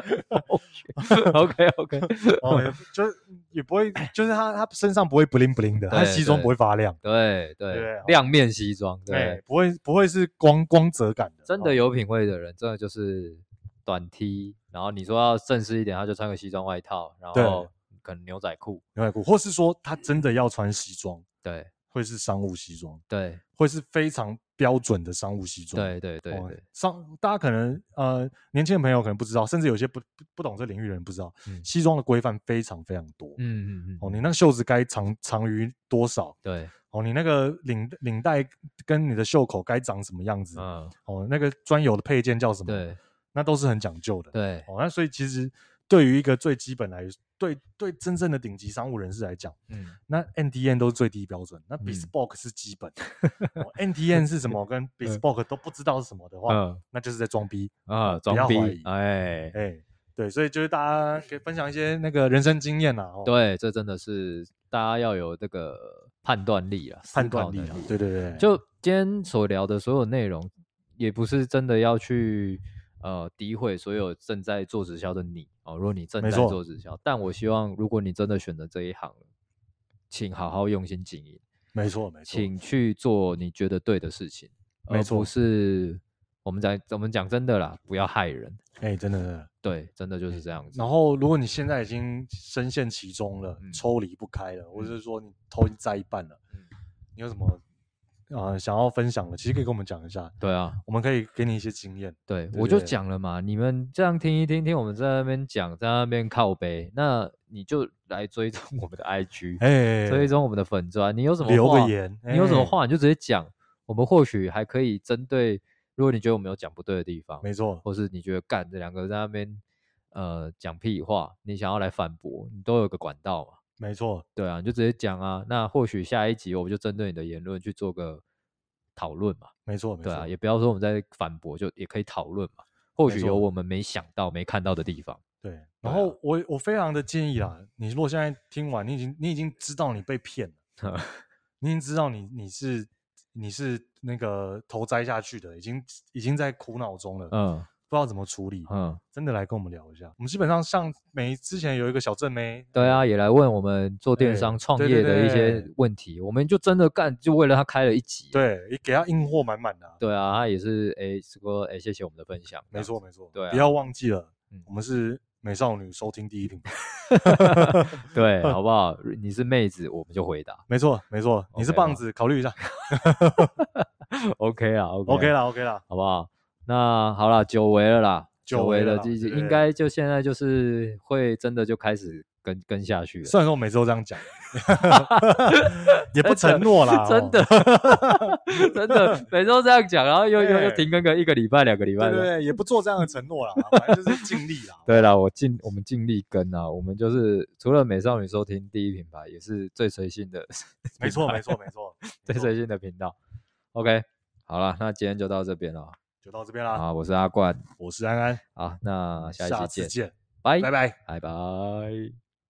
S2: ，OK OK，
S3: 哦，也就是也不会，就是他他身上不会 bling bling 的，他
S2: 对
S3: 西装
S2: 对
S3: 不会发亮，
S2: 对
S3: 对
S2: 对，亮面西装，
S3: 哎
S2: 对，，
S3: 不会不会是光光泽感的，
S2: 真
S3: 哦
S2: 的有品味的人，真的就是短 T，然后你说要正式一点，他就穿个西装外套，然
S3: 对
S2: 后可能牛仔裤，
S3: 牛仔裤，或是说他真的要穿西装，
S2: 对
S3: 会是商务西装，
S2: 对
S3: 会是非常标准的商务西装，
S2: 对对对
S3: 哦
S2: 对，
S3: 上大家可能呃年轻的朋友可能不知道，甚至有些不不不懂这领域的人不知道，
S2: 嗯
S3: 西装的规范非常非常多。
S2: 嗯嗯嗯，
S3: 哦，你那个袖子该长长于多少？
S2: 对，
S3: 哦，你那个领领带跟你的袖口该长什么样子？
S2: 嗯，
S3: 哦，那个专有的配件叫什么？，
S2: 对
S3: 那都是很讲究的。
S2: 对，
S3: 哦，那所以其实对于一个最基本来，对对真正的顶级商务人士来讲，
S2: 嗯
S3: 那 NTN 都是最低标准，那
S2: 嗯
S3: Bespoke 是基本。 哦 NTN 是什么？跟 Bespoke 都不知道是什么的话，
S2: 嗯
S3: 那就是在装逼。
S2: 啊，
S3: 要
S2: 装逼
S3: 怀疑，
S2: 哎。
S3: 哎、对，所以就是大家可以分享一些那个人生经验啦、哦，，
S2: 对，这真的是大家要有这个判断力啊，思
S3: 判断
S2: 考
S3: 力
S2: 能
S3: 啊，对对对，
S2: 就今天所聊的所有内容，也不是真的要去呃诋毁所有正在做直销的你哦。如果你正
S3: 没
S2: 在
S3: 错
S2: 做直销，但我希望如果你真的选择这一行了，请好好用心经营，
S3: 没错没错，
S2: 请去做你觉得对的事情，
S3: 没
S2: 而
S3: 错
S2: 不是我们讲我们讲真的啦，不要害人。
S3: 哎、真的真的。
S2: 对，真的就是这样子。
S3: 然后，如果你现在已经深陷其中了，
S2: 嗯
S3: 抽离不开了，或者是说你头已经在一半了，
S2: 嗯
S3: 你有什么啊、呃想要分享的，其实可以跟我们讲一下，
S2: 对啊，
S3: 我们可以给你一些经验。
S2: 对，
S3: 对
S2: 我就
S3: 对
S2: 讲了嘛，你们这样听一听，听我们在那边讲，在那边靠背，那你就来追踪我们的 IG，、
S3: 哎、
S2: 追踪我们的粉砖，你有什么
S3: 留
S2: 话
S3: 个，言，
S2: 你有什么
S3: 哎？
S2: 话你就直接讲，我们或许还可以针对，如果你觉得我们有讲不对的地方，
S3: 没错，
S2: 或是你觉得干这两个在那边呃讲屁话，你想要来反驳，你都有个管道嘛，
S3: 没错，
S2: 对啊，你就直接讲啊，那或许下一集我们就针对你的言论去做个讨论嘛。
S3: 没错，没
S2: 对啊，
S3: 错，
S2: 也不要说我们在反驳，就也可以讨论嘛。或
S3: 没
S2: 许
S3: 错
S2: 有我们没想到、没看到的地方。
S3: 对。
S2: 对
S3: 然
S2: 啊
S3: 后我我非常的建议啦，你如果现在听完，你已经你已经知道你被骗 了。
S2: 嗯
S3: 你已经知道你你是你是那个头栽下去的，已经已经在苦恼中了，
S2: 嗯
S3: 不知道怎么处理，
S2: 嗯，
S3: 真的来跟我们聊一下。我们基本上像没之前有一个小正妹，
S2: 对啊，也来问我们做
S3: 哎
S2: 电商创
S3: 对对
S2: 业的一些
S3: 对
S2: 问题，我们就真的干，就为了他开了一集。啊
S3: 对，也给她硬货满满的啊、
S2: 对啊，他也是哎说哎谢谢我们的分享，这
S3: 没
S2: 样
S3: 错
S2: 子，
S3: 没错，
S2: 对啊
S3: 不要忘记了，
S2: 嗯
S3: 我们是美少女收听第一品牌，
S2: 对，好不好？你是妹子，我们就回答。
S3: 没错没错，你是
S2: OK
S3: 棒
S2: 啦
S3: 子，考虑一下
S2: OK 啊，OK
S3: ，OK
S2: 啦，
S3: 啦 OK 啦，
S2: 好不好？那好啦，久违了啦，久违了，
S3: 啦
S2: 就
S3: 对
S2: 应该就现在就是会真的就开始跟跟下去了。
S3: 虽然说我每次都这样 讲，也不承诺啦，
S2: 真的
S3: 哦，
S2: 真的，每周这样讲，然后又又又
S3: 对
S2: 停更个一个礼拜、两个礼拜
S3: 对对
S2: 的。
S3: 对，也不做这样的承诺 啦，反正就是尽力啦。
S2: 对啦，我尽我们尽力跟啊，我们就是除了美少女收听第一品牌，也是最随性的品牌，
S3: 没错，没错，没错，
S2: 最
S3: 没错
S2: 随性的频道。OK，好了，那今天就到这边了。
S3: 就到这边啦。
S2: 啊，我是阿冠，
S3: 我是安安，
S2: 好，那下一
S3: 下
S2: 期
S3: 次
S2: 见，
S3: 见，
S2: 拜
S3: 拜拜。
S2: 拜拜。